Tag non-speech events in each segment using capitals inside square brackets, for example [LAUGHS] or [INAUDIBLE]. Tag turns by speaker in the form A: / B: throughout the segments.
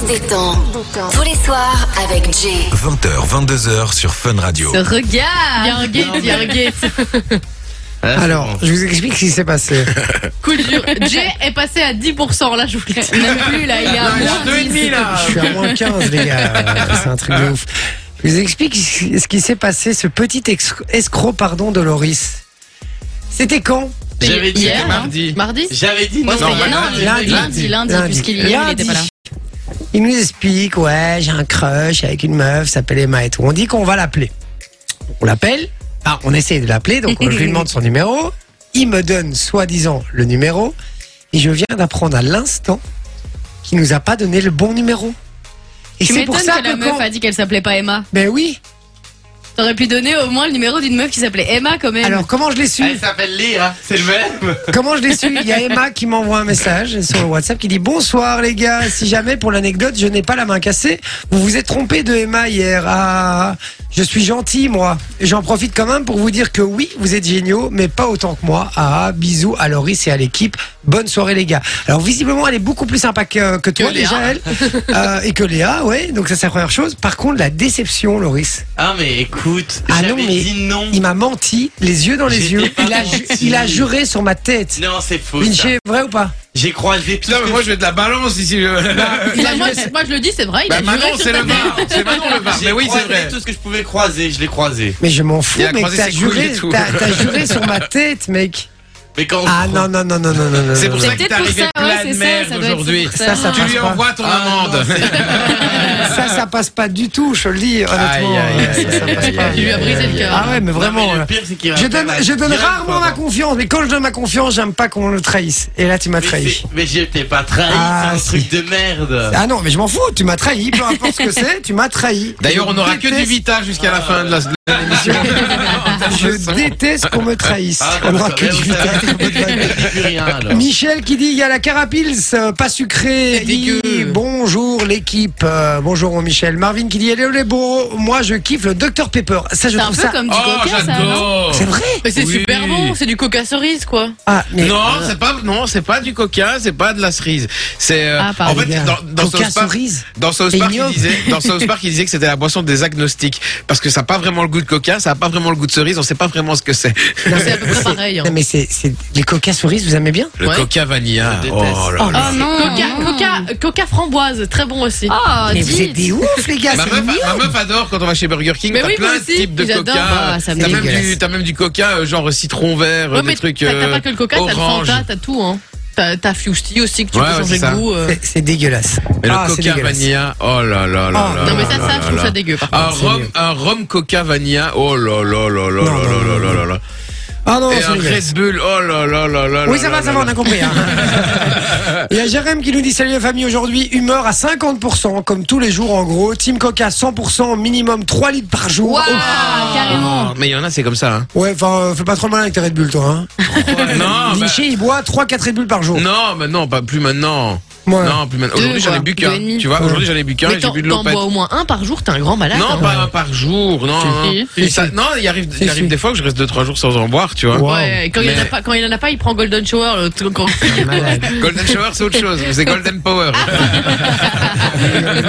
A: se détend. Tous les soirs avec Jay.
B: 20h, 22h sur Fun Radio.
C: Ce regard
D: Bien gay, bien gay.
E: Hein
F: Alors, je vous explique ce qui s'est passé.
D: Coup dur. Jay est passé à 10%, là, je vous laisse.
C: Même plus là, il y a
D: Non, il y a
C: moins
D: deux et
C: dix.
D: demi, là.
F: Je suis à moins 15, les gars. C'est un truc de ouf. Je vous explique ce qui s'est passé, ce petit ex- escroc, pardon, de Loris. C'était quand
E: J'avais dit
D: Hier,
E: c'était mardi.
D: Mardi
E: J'avais dit
D: Moi,
E: non, bah,
D: c'était
E: non, non,
D: hier. Non,
E: j'avais dit-
D: lundi, lundi, puisqu'il y a, il était pas là.
F: Il nous explique, ouais, j'ai un crush avec une meuf, s'appelle Emma et tout. On dit qu'on va l'appeler. On l'appelle, enfin, on essaie de l'appeler, donc
D: [LAUGHS]
F: je lui demande son numéro. Il me donne soi-disant le numéro, et je viens d'apprendre à l'instant qu'il nous a pas donné le bon numéro. Et
D: Tu
F: c'est
D: m'étonnes
F: pour ça
D: que
F: que
D: la meuf
F: quand...
D: a dit qu'elle s'appelait pas Emma.
F: Ben oui.
D: T'aurais pu donner au moins le numéro d'une meuf qui s'appelait Emma quand même.
F: Alors comment je l'ai su
E: Ah, Elle s'appelle Léa, c'est le même.
F: Comment je l'ai su Il y a Emma qui m'envoie un message sur le WhatsApp qui dit bonsoir les gars. Si jamais pour l'anecdote je n'ai pas la main cassée, vous vous êtes trompé de Emma hier. Ah, je suis gentil moi. J'en profite quand même pour vous dire que oui, vous êtes géniaux, mais pas autant que moi. Ah, bisous à Loris et à l'équipe. Bonne soirée les gars. Alors visiblement elle est beaucoup plus sympa que, que toi
E: Léa. [LAUGHS]
F: déjà elle Euh, et que Léa, ouais. Donc ça c'est la première chose. Par contre la déception Loris.
E: Ah mais écoute,
F: Ah non,
E: j'avais
F: mais
E: dit non.
F: Il m'a menti les yeux dans les
E: J'étais
F: yeux.
E: pas
F: Il a, ju-
E: gentil.
F: il a juré sur ma tête.
E: Non, c'est faux. ça.
F: Vinci, vrai ou pas
E: J'ai croisé tout
G: Putain,
E: ce
G: mais
E: que
G: moi je vais de la balance ici. Euh, je-
D: Bah, moi, je- moi, je le dis, c'est vrai. Il
G: Bah,
D: a juré
G: Manon,
D: sur
G: c'est
D: ta
G: le
D: mère.
G: bar. C'est Manon le bar.
E: J'ai
G: Mais oui, c'est
E: croisé
G: vrai.
E: tout ce que je pouvais croiser, je l'ai croisé.
F: Mais je m'en fous,
G: Il a
F: mec.
G: croisé
F: T'as
G: ses couilles
F: juré,
G: et tout.
F: t'as- t'as juré sur
G: [LAUGHS]
F: ma tête, mec.
E: Mais quand
F: Ah non, non, non, non, non, non. non,
G: C'est
F: non,
G: pour
F: non.
G: ça
D: C'est
G: que t'es
D: peut-être pour
G: arrivé
D: ça, ouais,
G: plein
D: c'est
G: de
D: ça, ça
G: merde
D: doit être
G: aujourd'hui.
D: pour ça.
F: Ça, ça
G: Tu
F: passe
G: lui
F: pas.
G: envoies ton
E: Ah,
G: amende.
E: non, c'est-
F: Ça, ça passe pas du tout, je le dis, honnêtement.
G: aïe, aïe,
F: Ça, ça
G: aïe,
F: passe
G: aïe,
F: pas.
D: Tu lui as brisé le cœur.
F: Ah ouais, mais
E: Non,
F: vraiment.
E: mais
F: là.
E: le pire, c'est qu'il
F: Je
E: rappelle
F: donne,
E: la-
F: je donne
E: direct,
F: rarement
E: quoi.
F: ma confiance, mais quand je donne ma confiance, j'aime pas qu'on le trahisse. Et là, tu m'as
E: Mais
F: trahi.
E: c'est- Mais je t'ai pas trahi,
F: Ah,
E: c'est un
F: si.
E: truc de merde.
F: Ah non, mais je m'en fous, tu m'as trahi, peu importe ce que c'est, tu m'as trahi.
G: D'ailleurs,
F: Je
G: on n'aura que du
F: déteste-
G: Vita jusqu'à la fin de la- de l'émission.
F: [LAUGHS] Je déteste qu'on me trahisse.
E: Ah,
F: On
E: bah,
F: n'aura
E: ça
F: que
E: va,
F: du
E: ça va.
F: Vita.
E: Dis plus rien, alors.
F: [LAUGHS] Michel qui dit il y a la carapils, euh, pas sucrée.
G: C'est dégueu.
F: Hi, Bonjour l'équipe. Euh, bonjour mon Michel. Marvin qui dit hello les beaux. Moi je kiffe le Dr Pepper. Ça je
D: C'est un peu
F: trouve ça.
D: comme du
G: Oh,
D: coca, ça. non
G: j'adore.
F: C'est vrai.
D: Mais c'est
G: Oui.
D: super bon, c'est du coca cerise, quoi.
F: Ah mais
G: Non, c'est pas non, c'est pas du coca, c'est pas de la cerise. C'est euh,
D: Ah,
G: en
D: pardon.
G: fait dans, dans
F: Coca
G: South Park,
F: cerise.
G: dans South
F: Et
G: Park,
F: ignoble.
G: il disait, dans South Park, il disait que c'était la boisson des agnostiques parce que ça n'a pas vraiment le goût de coca, ça n'a pas vraiment le goût de cerise, on sait pas vraiment ce que c'est.
F: Non,
D: C'est à peu près pareil. hein.
F: Non, mais c'est c'est- les coca cerises vous aimez bien
G: Le
D: Ouais.
G: coca vanilla.
E: Je déteste.
G: Oh là là.
C: non
D: Ah, Coca, coca, coca framboise, très bon aussi.
G: Ah,
C: Oh,
F: Mais vous
C: dis
F: êtes des ouf les gars.
G: Ma
F: c'est
G: meuf, ma
F: mignon.
G: meuf adore quand on va chez Burger King,
D: Ah, Mais
G: t'as
D: oui, moi
G: plein de
D: aussi,
G: types de
D: ils adorent.
G: coca.
D: Ah, ça me
G: T'as même,
F: dégueulasse.
G: du- t'as même du coca euh, genre citron vert, euh,
D: Ouais,
G: des
D: mais
G: trucs.
D: t'as t'as
G: euh,
D: pas que le coca, t'as le
G: orange.
D: Fanta, t'as tout, hein. T'as t'as Fusti aussi que tu
G: Ouais,
D: peux
G: ouais,
D: changer
G: c'est ça.
D: de goût. euh.
F: C'est- C'est dégueulasse.
G: Mais
F: Ah,
G: le
F: c'est
G: coca
F: dégueulasse.
G: vanilla, oh là
F: Ah.
G: là là là.
D: Non, mais ça,
G: là
D: ça,
G: là
D: je trouve
G: là.
D: ça dégueu, par contre.
G: Un
F: C'est
G: rhum,
F: mieux.
G: un rhum coca vanilla, oh là là là là là
F: Non, non,
G: là là là là.
F: Ah non,
G: Et
F: c'est
G: un
F: dégueulasse.
G: Red Bull, oh là là là là.
F: Oui,
G: là
F: ça va,
G: là
F: ça
G: là
F: va, on
G: là.
F: a compris. hein. [LAUGHS] Il y a Jérém qui nous dit Salut la famille, aujourd'hui, humeur à 50%, comme tous les jours en gros. Team Coca 100%, minimum 3 litres par jour.
C: Waouh,
F: Oh.
D: Ah,
C: carrément.
G: Mais il y en a, c'est comme ça. Hein.
F: Ouais, enfin, euh, fais pas trop le malin avec tes Red Bull, toi. Hein.
G: non,
D: [LAUGHS]
G: bah,
F: Vinci, il boit 3-4 Red Bull par jour.
G: non, mais non, pas plus maintenant.
F: Ouais.
G: Non, plus maintenant.
D: Deux,
G: Aujourd'hui, j'en ai
D: quoi.
G: bu
D: Deux et
G: qu'un.
D: demi.
G: Tu vois, aujourd'hui, j'en ai bu qu'un
D: Mais
G: et j'ai
D: t'en
G: bu de
D: t'en
G: l'opette.
D: bois au moins un par jour, t'es un grand malade.
G: Non,
D: hein.
G: pas un par jour, non. non.
D: Si,
G: Et ça- non, il arrive, il
F: Si,
G: arrive
F: si.
G: des fois que je reste 2-3 jours sans en boire, tu vois.
F: Wow.
D: Ouais, et quand, il y en a
G: Mais-
D: pas, quand il en a pas, il prend Golden Shower. Le truc,
G: [LAUGHS]
D: quand-
F: Malade.
G: Golden Shower, c'est autre chose. C'est Golden Power.
F: Ah,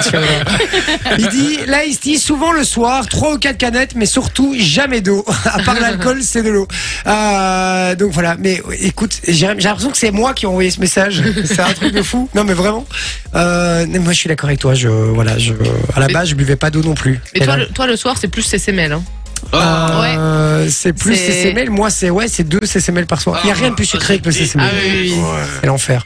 F: Il dit là, il se dit souvent le soir, 3 ou 4 canettes, mais surtout jamais d'eau. [LAUGHS] À
D: [LAUGHS]
F: part l'alcool, c'est de l'eau. Euh, donc voilà, mais ouais, écoute, j'ai j'ai l'impression que c'est moi qui ai envoyé ce
D: [LAUGHS]
F: message. C'est un truc de fou. Non, mais vraiment. Euh, moi, je suis d'accord avec toi. Je, voilà, je, à la base, je buvais pas d'eau non plus.
D: Mais
F: Et
D: toi,
F: là,
D: le, toi, le soir, c'est plus CCML. Hein.
F: euh, c'est plus
D: C'est-
F: CCML. Moi, c'est ouais, c'est 2 CCML par soir. Il n'y a rien de plus sucré que le CCML.
D: Ah oui, oui, oui.
F: C'est l'enfer.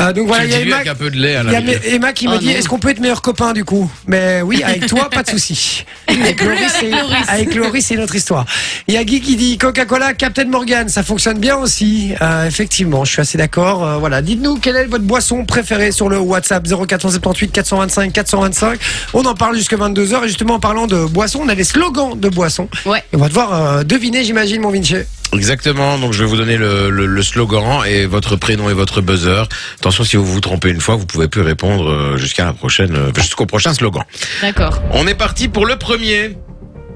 F: Euh, donc voilà,
G: Tu
F: il
G: le
F: y a
G: dilues
F: Emma,
G: avec un peu de lait à
F: il y
G: la
F: a
G: rigueur.
F: Emma qui me
D: Oh
F: dit
D: non.
F: est-ce qu'on peut être meilleurs copains du coup Mais oui, avec toi, pas de
D: [LAUGHS]
F: souci. Avec Laurie, c'est avec Laurie, c'est notre histoire. Il y a Guy qui dit Coca-Cola, Captain Morgan, ça fonctionne bien aussi. Euh, effectivement, je suis assez d'accord. Euh, voilà, dites-nous quelle est votre boisson préférée sur le WhatsApp 0478 425 425. On en parle jusque 22 h et justement en parlant de boissons, on a les slogans de boissons.
D: Ouais.
F: Et on va devoir euh, deviner, j'imagine, mon Vinci.
G: Exactement, donc je vais vous donner le, le- le slogan et votre prénom et votre buzzer. Attention, si vous vous trompez une fois, vous pouvez plus répondre euh, jusqu'à la prochaine, euh, jusqu'au prochain slogan.
D: D'accord.
G: On est parti pour le premier.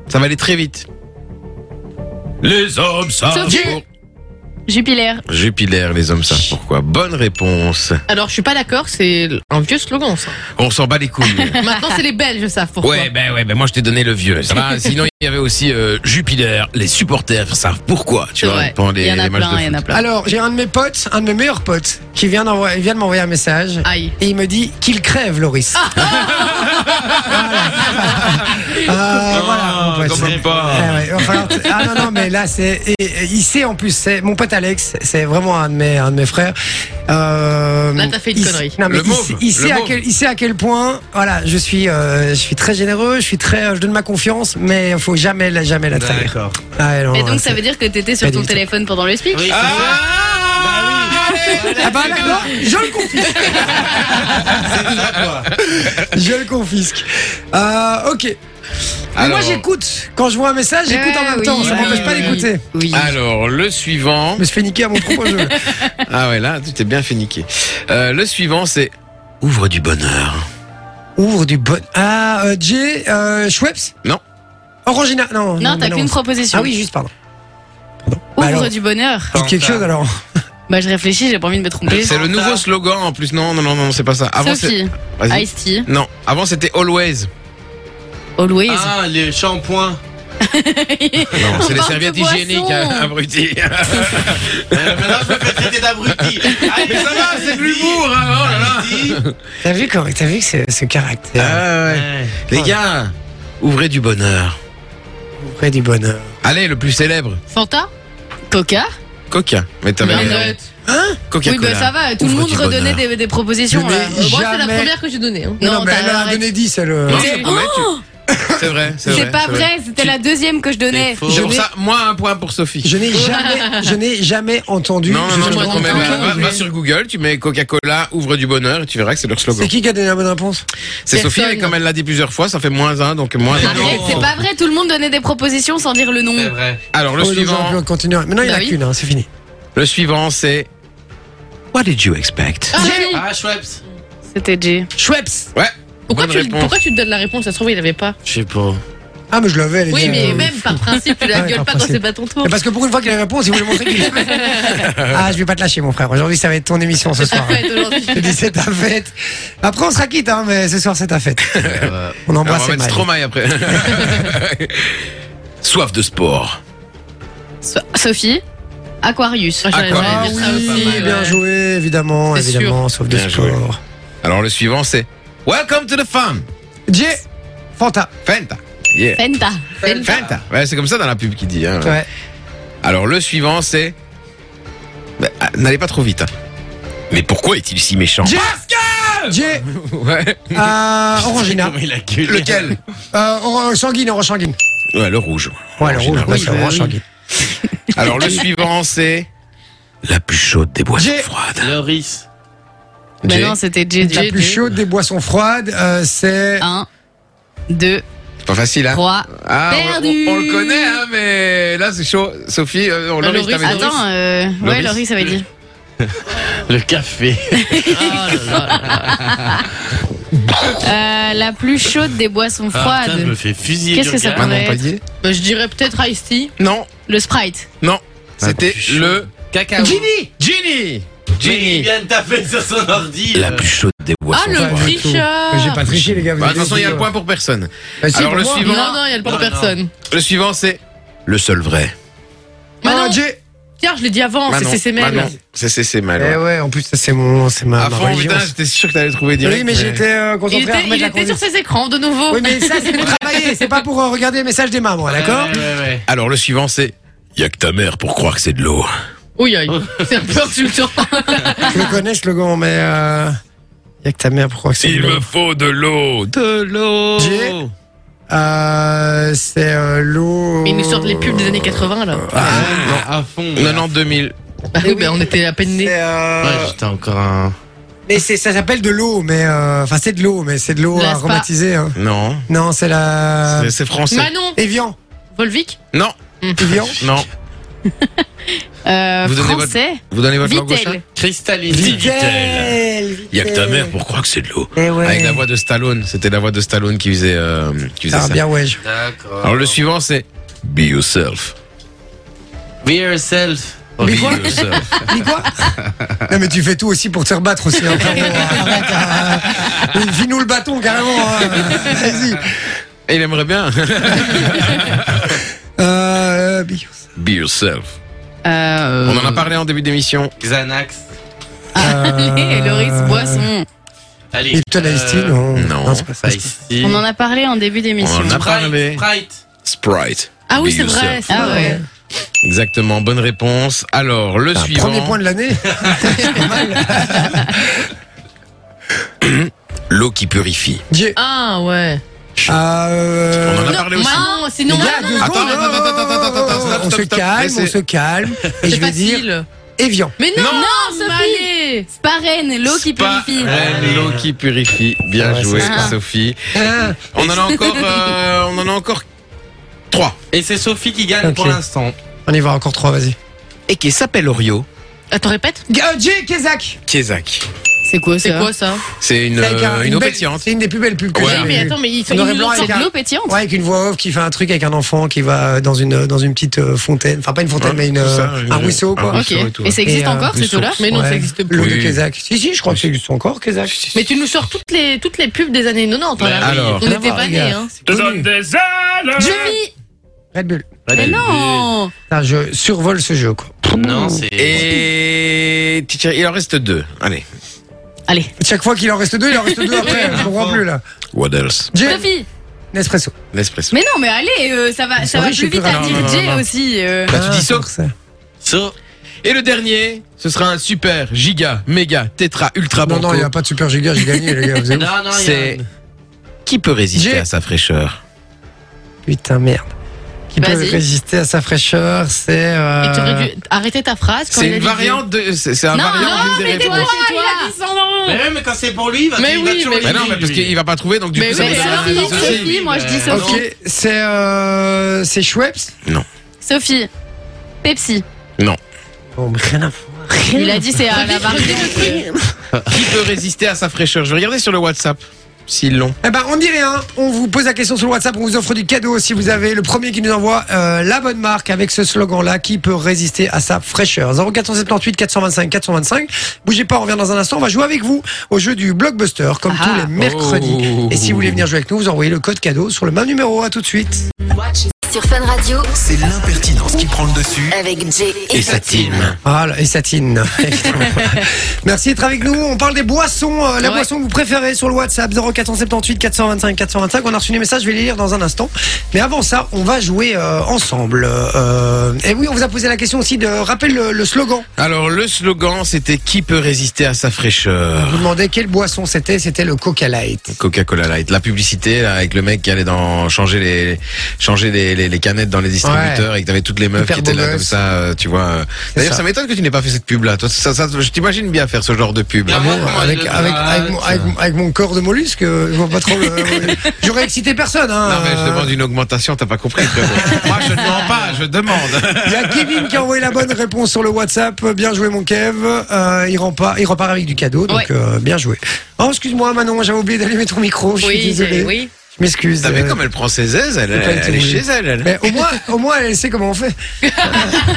G: Ça va aller très vite. Les hommes savent.
D: Sophie.
G: pour-
D: Jupiler.
G: Jupiler, les hommes savent pourquoi. Bonne réponse.
D: Alors, je suis pas d'accord, c'est un vieux slogan, ça.
G: On s'en bat les couilles.
D: Maintenant, c'est les Belges, savent pourquoi.
G: Ouais, ben ouais, ben moi je t'ai donné le vieux. Ça
D: [LAUGHS]
G: va Sinon il y avait aussi euh, Jupiler, les supporters savent pourquoi, tu
D: C'est
G: vois,
D: vrai.
G: pendant les,
D: Il y en a
G: les matchs
D: plein,
G: de
D: il y en a
G: foot.
D: plein.
F: Alors, j'ai un de mes potes, un de mes meilleurs potes, qui vient, d'envoyer- il vient de m'envoyer un message.
D: Aïe.
F: Et il me dit qu'il crève, Loris.
D: Ah,
F: [LAUGHS] voilà. Euh, voilà, mon pote.
G: quand même pas.
F: Ah ouais, il va falloir- ah non, non, mais là, c'est. et- et Il sait en plus, c'est mon pote Alex, c'est vraiment un de mes, un de mes frères. Euh,
D: Là, t'as fait une
F: il-
D: connerie.
F: Non, mais
G: Le
F: il,
G: mauve,
F: il sait
G: le
F: à
G: mauve.
F: quel, il sait à quel point, voilà, je suis, euh, je suis très généreux, je suis très, euh, je donne ma confiance, mais il faut jamais, la- jamais la trahir.
E: D'accord.
F: Ah ouais, non,
C: Et
F: non,
C: donc
F: c'est-
C: ça veut dire que t'étais
F: Pas
C: sur
F: du
C: ton
F: tout.
C: téléphone pendant le speak
E: Oui, c'est ça.
G: Ah
F: Ah bah là, non, je le confisque. je le confisque. Euh, ok. Mais
G: Alors-
F: moi j'écoute. Quand je vois un message, j'écoute en
C: Ouais,
F: même
C: Eh oui,
F: temps. Ça
C: oui,
F: m'empêche
C: oui,
F: pas
C: oui.
F: d'écouter.
C: Oui.
G: Alors le suivant.
D: [LAUGHS]
F: Je me suis fait niquer à mon propre jeu.
G: Ah ouais là, tu t'es bien fait niquer. Euh, le suivant c'est Ouvre du bonheur.
F: Ouvre du bon. Ah, euh, Jay, euh, Schweppes
G: Non.
F: Orangina. Non,
C: Non,
F: mais
C: t'as qu'une proposition.
F: Ah oui, juste, pardon. Pardon. Bah alors,
C: Ouvre du bonheur.
F: dites quelque chose alors.
C: Bah je réfléchis, j'ai pas envie de me tromper.
G: C'est le nouveau slogan en plus. Non non non non, c'est pas ça. Avant c'est
C: Sophie,
G: Vas-y.
C: Ice-T,
G: Non, avant c'était Always.
C: Always.
E: Ah, les
F: [LAUGHS]
E: shampoings.
G: Non, c'est les
C: parle
G: serviettes
C: de boisson.
G: hygiéniques, hein,
D: [LAUGHS]
G: abruti.
E: Euh, Maintenant, je me fais traiter d'abruti. Allez, ça va, c'est de l'humour.
D: oh
G: hein,
F: T'as vu, comment- t'as vu que c'est ce caractère
G: Ah ouais.
E: Hein,
G: Les gars, ouvrez du bonheur.
F: Ouvrez du bonheur.
G: Allez, le plus célèbre,
D: Fanta
C: Coca.
G: Coca. Mais t'avais
D: Non,
G: raison.
D: mais-
G: Coca-Cola.
C: Oui, bah ça va, tout le
G: Ouvre
C: monde
G: du
C: redonnait
G: bonheur.
C: des, des propositions
F: Je
C: là.
F: n'ai-
D: Euh, Moi, c'est la
F: Jamais.
D: première que j'ai donnée. hein.
F: Non,
C: Non,
F: mais
C: t'as-
F: elle en a
C: arrête.
F: donné 10, elle. euh.
G: Non, c'est vrai, tu- c'est vrai, c'est vrai.
C: Oh C'est pas
G: c'est
C: vrai, c'était la deuxième que je donnais.
E: C'est faux.
G: Genre ça, moi un point pour Sophie.
F: Je n'ai jamais, je n'ai jamais entendu.
G: Non, non, non,
F: je
G: je
F: me
G: te
F: rends
G: promets.
F: compte.
G: Va, va- va sur Google, tu mets Coca-Cola, ouvre du bonheur, et tu verras que c'est leur slogan.
F: C'est qui qui a donné la bonne réponse
G: C'est Sophie,
D: Personne.
G: mais comme elle l'a dit plusieurs fois, ça fait moins un, donc moins un.
C: Arrête,
E: Non.
C: c'est pas vrai, tout le monde donnait des propositions sans dire le nom.
E: C'est vrai.
G: Alors le
F: Oh, les gens ont pu
G: suivant,
F: en continuer. Mais non, il n'y en a
C: Bah oui.
F: qu'une, hein, c'est fini.
G: le suivant c'est What did you expect
C: Ah, oui,
E: Ah, Schweppes.
C: C'était J.
F: Schweppes
G: Ouais.
D: Pourquoi
G: bonne
D: tu,
G: réponse.
D: pourquoi tu te donnes la réponse Ça se trouve, il avait pas.
E: Je sais pas.
F: Ah, mais je l'avais, elle est
D: Oui,
F: bien,
D: mais
F: euh,
D: même par principe, tu la
F: Ouais,
D: gueules
F: par
D: pas quand
F: principe. Eh ben,
D: c'est pas ton tour.
F: Mais parce que pour une fois qu'il a la réponse, il voulait montrer qu'il l'avait. Ah, je vais pas te lâcher, mon frère. Aujourd'hui, ça va être ton émission ce soir.
D: Ouais, aujourd'hui.
F: Je te dis, c'est ta fête. Après, on sera quitte, hein, mais ce soir, c'est ta
G: [LAUGHS]
F: fête. On
G: bah, On va
F: embrasse
G: mettre
F: Emmaël.
G: Stromae après. Soif de sport.
C: So- Sophie, Aquarius. Oh
D: Ah, j'allais
G: Aquarius.
F: Ah
D: dire ça aussi,
F: oui,
D: ouais.
F: bien joué, évidemment,
D: C'est
F: évidemment, sauf de
G: Bien joué.
F: sport.
G: Alors le suivant c'est Welcome to the fun.
F: Jay, Fanta.
G: Fanta. Yeah.
C: Fenta. Fenta.
G: Fanta. Ouais, c'est comme ça dans la pub qui dit. hein.
F: Ouais.
G: Alors le suivant c'est. Bah, ah, N'allez pas trop vite. hein. Mais pourquoi est-il si méchant
F: Jay, Jay,
G: [LAUGHS] Ouais.
F: euh, Orangina.
E: Comment il a gueulé.
G: Lequel
F: Euh, or- sanguine, orange sanguine.
G: Ouais, le rouge.
F: Ouais, le rouge,
G: Orangina, bah
F: ouais, c'est
D: oui.
F: orange sanguine.
G: [LAUGHS] Alors le suivant c'est. La plus chaude des boissons
F: J'ai-
G: froides.
E: Loris.
C: Bah
G: J.
C: non, c'était J.
F: La plus chaude des boissons froides, euh, c'est.
D: Ah
C: 1, 2,
G: Pas facile, hein
C: 3.
G: Ah, on-
C: Perdu.
G: On, on le connaît, hein, mais là c'est chaud. Sophie, euh, on
D: Ah,
G: Laurie, je
D: Laurie,
G: t'avais dit.
C: Attends, euh, ouais, Laurie, ça va dire.
E: Le café. Ah,
C: Euh, la plus chaude des boissons
E: Ah, putain, je me
C: froides.
E: fais fusiller.
C: Qu'est-ce
E: du
C: que ça
E: regard.
C: peut-
G: Manon
C: Ouais.
G: Palier
D: Bah, je dirais peut-être Ice-T.
G: Non,
C: Le Sprite.
G: non. C'était
E: plus chaud.
G: le.
F: Ah
D: Ah
E: Cacao.
G: Ginny Ginny
E: Mais Il vient de taper sur son ordi. là.
G: chaude des
D: Ah,
F: Ouais,
D: le
F: ouais,
D: tricheur
F: J'ai pas triché, les gars.
G: Bah, de toute façon, il y a le point pour personne.
F: Bah, si,
G: Alors,
F: pour
G: le
F: moi.
G: suivant,
D: Non, non, il y a le
E: Non,
D: pour personne.
G: le suivant, c'est le seul vrai.
C: Bah
D: Manon,
F: Ah, Jay.
D: Pierre, je l'ai dit avant, Oh, c'est
G: Manon,
D: CCML.
G: Manon, c'est c'est c'est mal.
F: Eh
G: ouais.
F: ouais, en plus, ça, c'est mon, c'est ma,
G: À
F: ma
G: fond,
F: religion.
G: putain, j'étais sûr que t'allais le trouver direct.
F: Oui, mais j'étais euh,
D: Il
F: concentré à
D: était,
F: remettre
D: il
F: la
D: était sur
F: conduite.
D: ses écrans, de nouveau.
F: Oui, mais ça,
D: [LAUGHS]
F: c'est pour travailler, c'est pas pour euh, regarder les messages des mamans, d'accord
E: Ouais, ouais, ouais.
G: Alors, le suivant, c'est. Y'a que ta mère pour croire que c'est de l'eau.
D: Oui,
C: [LAUGHS]
D: oui. C'est un peu insultant.
F: Je le connais, ce slogan, mais euh, y a que ta mère pour croire que c'est
G: Il
F: le
G: me faut de l'eau, de l'eau.
F: J'ai- Euh, c'est euh, l'eau.
D: Mais ils nous sortent les pubs des années 80, là.
E: Ah, à fond.
G: Non, non, 2000.
C: Ah
D: Bah oui,
C: ben,
D: bah, on était à peine nés.
F: C'est, euh,
E: Ouais, j'étais encore un.
F: Mais c'est, ça s'appelle de l'eau, mais euh, enfin c'est de l'eau, mais c'est de l'eau
D: La spa.
F: aromatisée. Hein.
G: Non.
F: Non, c'est la.
G: Ah. C'est- C'est français.
D: Manon
F: Evian,
D: Volvic
G: Non,
F: Evian.
G: non.
C: Euh,
G: Vous donnez votre-
C: français.
G: Vous donnez votre langue au chat
C: Vitel.
E: Cristalline.
F: Vitel.
G: Y'a que ta mère pour croire que c'est de l'eau.
F: Eh ouais.
G: Avec la voix de Stallone. C'était la voix de Stallone qui faisait, euh, qui faisait
F: Ah,
G: ça.
F: bien ouais. je-
E: D'accord.
G: Alors le suivant c'est Be Yourself.
E: Be yourself.
F: Mais quoi
G: Rive surf.
F: Dis quoi Non, mais tu fais tout aussi pour te rebattre aussi. hein,
G: [LAUGHS]
F: frérot. Arrête, hein. Il vit nous le bâton carrément. hein. Vas-y.
G: Il aimerait
D: [LAUGHS]
G: bien.
F: Euh, Beyoncé.
G: Be yourself.
D: Euh,
G: On en a parlé en début d'émission.
E: Xanax.
F: euh,
D: Allez, Loris Boisson.
E: Allez. Euh,
F: Lipton Ice Tea, non.
G: Euh, non.
F: c'est pas ça.
E: Ice Tea.
C: On en a parlé en début d'émission.
G: On en a parlé.
E: Sprite. Sprite.
G: Sprite.
D: Ah oui,
G: Be
D: c'est vrai.
G: yourself.
D: c'est
C: Ah
D: vrai.
C: ouais.
G: Exactement, bonne réponse. Alors, le
F: Un
G: suivant.
F: Premier point de
G: [LAUGHS]
F: l'année. C'est pas mal.
G: L'eau qui purifie.
F: J'ai-
D: Ah ouais.
F: Euh,
G: On en a parlé aussi.
D: Non,
F: les
D: sinon.
F: gars,
D: Ah, non,
F: deux
G: attends,
F: secondes,
G: attends,
F: oh,
G: attends, attends, attends,
F: oh,
G: attends,
F: On
G: stop,
F: se
G: stop,
F: calme,
G: laissez.
F: on se calme. Et
D: c'est
F: je vais dire
D: facile.
F: Evian.
D: Mais non,
G: Non,
D: mais
C: Sophie.
D: allez.
C: Sparen, l'eau qui purifie.
G: Reine, L'eau qui purifie. Bien
F: Ah ouais,
G: joué,
F: c'est ça.
G: Sophie.
F: Hein
G: On
C: [LAUGHS]
G: en a encore, euh, on en a encore trois.
E: Et c'est Sophie qui gagne
F: Ok.
E: pour l'instant.
F: On y va encore trois, vas-y.
G: Et qui s'appelle Orio.
D: Attends, répète.
F: Euh, Jay Kezak.
G: Kézak.
C: C'est quoi
D: C'est quoi ça
G: C'est une,
F: C'est avec un-
G: euh, une eau
F: belle-
G: pétillante.
F: C'est une des plus belles pubs que
G: Ouais.
F: j'ai
D: Oui,
F: jamais
D: mais
F: vues.
D: attends, mais ils sont
F: En noir et
D: ils nous
F: blanc
D: l'ont-
F: avec
C: C'est de
F: un-
C: l'eau pétillante.
F: Ouais, avec une voix off qui fait un truc avec un enfant qui va dans une dans une petite euh, fontaine, enfin pas une fontaine
G: Ouais,
F: mais une,
G: tout
F: euh,
G: ça, une-
F: un ruisseau quoi.
G: un
D: Ok.
G: Ruisseau et tout,
C: Et ça
F: ouais.
C: existe
F: Et, euh,
C: encore cette
G: ruisseau.
C: eau-là
D: Mais non, ça existe plus.
F: L'eau de
G: Oui.
F: Kézak. Si si, je crois que ça existe encore Kézak.
D: Mais tu nous sors toutes les, toutes les pubs des années 90. hein, là.
G: Alors.
D: on n'était pas nés, hein.
F: C'est connu.
C: Sophie
F: Red Bull.
C: Mais non
F: Putain, je survole ce jeu quoi.
E: Non, c'est.
G: Et tiens, il en reste deux. Allez.
D: Allez.
F: Chaque fois qu'il en reste deux, il en reste deux après. Je comprends plus là.
G: What else?
F: Jay,
C: Sophie
F: Nespresso.
G: L'espresso.
C: Mais non, mais allez, euh, ça va, ça va
F: Sorry, je
C: plus
F: suis
C: vite
F: plus
C: à
G: rapide.
C: dire
G: Non, non,
C: Jay
G: non, non.
C: aussi. euh.
G: Bah, tu dis ça.
F: pour ça.
E: So.
G: Et le dernier, ce sera un super, giga, méga, tétra, ultra
F: Non non,
G: banco.
F: il y a pas de super giga, j'ai gagné les gars. vous êtes ouf.
E: Non, non, il y a-
G: C'est- Qui peut résister
F: J'ai-
G: à sa fraîcheur?
F: Putain merde. Qui peut
D: Vas-y.
F: résister à sa fraîcheur, c'est euh,
D: Et tu aurais dû arrêter ta phrase quand il
G: C'est
D: a
G: une
D: dit-
G: variante de, c'est c'est un
D: Non,
G: variant
D: non,
G: d'une des
D: mais tais-toi,
G: réponses.
D: il a dit son nom.
E: Mais ouais, mais quand c'est pour lui, il va
D: Mais
E: il va
D: oui,
E: toujours
D: mais
E: le
G: Mais non,
E: dire,
G: mais parce
E: lui.
G: qu'il va pas trouver, donc du
D: Mais
G: coup, ça
D: oui,
G: me
D: mais
G: donne
D: alors,
G: un
D: il dit
G: indice
D: Sophie,
G: aussi.
D: moi, je dis Sophie.
F: Ok, c'est euh, c'est Schweppes.
C: Sophie Pepsi.
F: Bon, Oh, mais rien à voir.
C: Il a dit c'est à la variété de
G: Qui peut résister à sa fraîcheur Je vais regarder sur le WhatsApp s'ils l'ont.
F: Eh ben, on dit rien. On vous pose la question sur le WhatsApp. On vous offre du cadeau si vous avez le premier qui nous envoie euh, la bonne marque avec ce slogan-là qui peut résister à sa fraîcheur. 0478 425 425. Bougez pas, on revient dans un instant. On va jouer avec vous au jeu du blockbuster comme
D: Ah.
F: tous les mercredis.
G: Oh.
F: Et si vous voulez venir jouer avec nous, vous envoyez le code cadeau sur le même numéro. À tout de suite.
A: Sur Fun Radio
B: C'est l'impertinence qui prend le dessus.
A: avec Jay et,
G: Et sa team.
F: Voilà, Ah, et Satine. Merci d'être avec nous. On parle des boissons, euh, la
D: Ouais.
F: boisson que vous préférez sur le WhatsApp 0478 425 425. On a reçu des messages, je vais les lire dans un instant. Mais avant ça, on va jouer euh, ensemble. Euh, et oui, on vous a posé la question aussi de rappel le, le slogan.
G: Alors, le slogan, c'était Qui peut résister à sa fraîcheur
F: Vous demandez quelle boisson c'était, c'était le Coca Light.
G: Coca-Cola Light. La publicité, là, avec le mec qui allait dans, changer les, changer les, les, les canettes dans les distributeurs et que t'avais toutes les meufs
F: Hyper
G: qui étaient
F: beau
G: là
F: gosse.
G: comme ça, euh, tu vois. euh. D'ailleurs,
F: ça.
G: ça, m'étonne que tu n'aies pas fait cette pub-là. Toi, ça, ça, je t'imagine bien faire ce genre de pub.
E: Ah bon
F: Bon, avec,
E: le
F: avec,
E: Light.
F: avec, mon- avec mon- avec mon corps de mollusque, euh, je vois pas trop.
G: [LAUGHS]
F: le- J'aurais excité personne. Hein.
G: Non, mais je demande une augmentation, t'as pas compris, frérot. [LAUGHS] Moi, je ne demande pas, je demande.
F: Il y a Kevin qui a envoyé la bonne réponse sur le WhatsApp. Bien joué, mon Kev. Euh, il, repart, il repart avec du cadeau, donc
D: Ouais.
F: euh, bien joué. Oh, excuse-moi, Manon, j'avais oublié d'allumer ton micro. Je suis
D: Oui,
F: désolé.
D: j'ai- oui.
F: Je m'excuse.
G: T'as vu
F: Euh,
G: comme elle prend ses aises, elle,
F: j'ai pas
G: elle,
F: été
G: est
F: obligé.
G: chez elle, elle.
F: Mais au moins, au moins, elle sait comment on
G: [LAUGHS]
F: fait.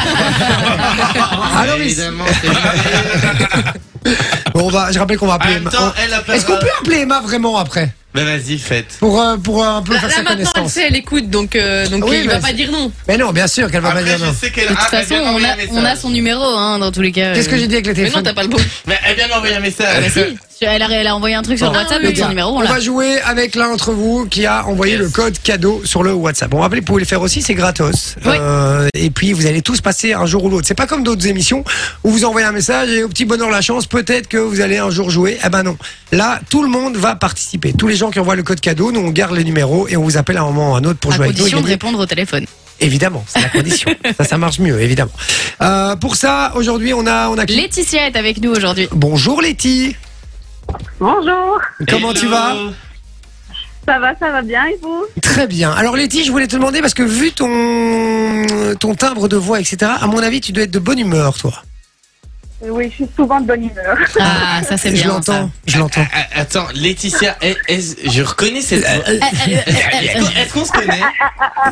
G: Ah,
F: Alors,
E: Évidemment, c'est-
F: bon, on va, je rappelle qu'on va
E: En
F: appeler
E: même
F: Emma.
E: temps,
F: On-
E: elle
F: Est-ce qu'on
E: appellera.
F: peut appeler Emma vraiment après
E: Mais vas-y, faites.
F: pour, euh, pour euh, un peu
D: Là,
F: faire
D: Bah, là,
F: sa
D: maintenant, elle
F: connaissance
D: sait, elle écoute, donc, euh, donc
F: Oui,
D: il va
F: mais
D: pas
F: c'est-
D: dire non.
F: Mais non, bien sûr qu'elle va pas
E: Après,
F: dire
E: je
F: non.
E: sais qu'elle
C: De toute
E: Ah, elle
C: façon,
E: vient de
C: on
E: m'envoyer
C: a,
E: un message.
C: on a son numéro, hein, dans tous les cas.
F: Qu'est-ce que
C: euh.
F: j'ai dit avec les
D: Mais non,
F: téléphones
D: t'as pas le bon.
E: Mais elle vient de m'envoyer un message.
C: Bah si, elle a, elle a envoyé un truc sur
D: Ah,
C: WhatsApp
D: oui.
C: avec
F: Les
C: son
F: gars,
C: numéro,
F: on
C: on l'a.
F: va jouer avec l'un d'entre vous qui a envoyé
E: Yes.
F: le code cadeau sur le WhatsApp. Bon, rappelez, vous pouvez le faire aussi, c'est gratos.
D: Oui.
F: Euh, et puis, vous allez tous passer un jour ou l'autre. C'est pas comme d'autres émissions où vous envoyez un message et au petit bonheur la chance, peut-être que vous allez un jour jouer. Eh ben non. Là, tout le monde va participer. Tous les gens qui envoient le code cadeau, nous on garde les numéros et on vous appelle à un moment ou à un autre pour
D: À
F: jouer avec nous. et
D: condition de
F: gagner.
D: répondre au téléphone.
F: Évidemment, c'est la condition. ça, ça marche mieux, évidemment. Euh, pour ça, aujourd'hui, on a, on a qui
C: Laetitia est avec nous aujourd'hui.
F: Bonjour Letty.
H: Bonjour,
F: Comment tu vas?
H: ça va, ça va bien et vous
F: Très bien. Alors Letty, je voulais te demander parce que vu ton ton timbre de voix, etc. À mon avis, tu dois être de bonne humeur, toi.
H: Oui, je suis souvent de bonne humeur.
C: Ah, ça c'est
F: je
C: bien. ça.
F: l'entends, je l'entends.
E: Ah, Attends, Laetitia, est- est- je reconnais cette voix.
F: Eh,
E: Est-ce qu'on- Est-ce qu'on se connaît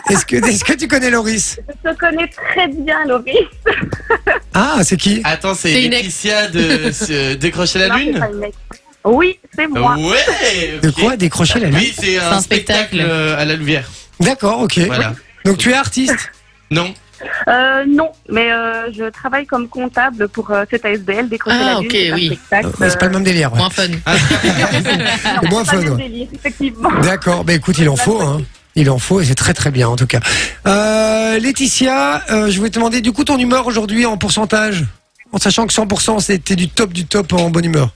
F: Est-ce que, est-ce que tu connais Loris
H: Je te connais très bien, Laurie.
F: Ah, c'est qui
E: Attends, c'est
D: C'est une ex.
E: Laetitia de ce- Décrocher la
H: Non, c'est
E: Lune
H: pas une ex. Oui, c'est moi.
E: Ouais
F: De
E: ok.
F: quoi décrocher la lune
E: Oui, c'est un,
C: un spectacle.
E: spectacle euh, à la lumière.
F: D'accord, ok.
E: Voilà.
F: Donc tu es artiste
E: Non
H: Euh, non, mais euh, je travaille comme comptable pour euh, cette ASBL, décrocher
D: Ah,
H: la lune.
D: ok,
H: Euh, c'est un
D: oui.
H: spectacle,
F: Ouais, Bah, C'est pas le même délire. ouais.
D: Moins fun.
H: euh, non,
F: C'est moins
H: pas
F: fun,
H: le
F: ouais.
H: délire, effectivement.
F: D'accord, bah écoute, il en faut. Hein. Il en faut et c'est très très bien en tout cas. Euh, Laetitia, euh, je voulais te demander du coup ton humeur aujourd'hui en pourcentage En sachant que 100% c'était du top du top en bonne humeur.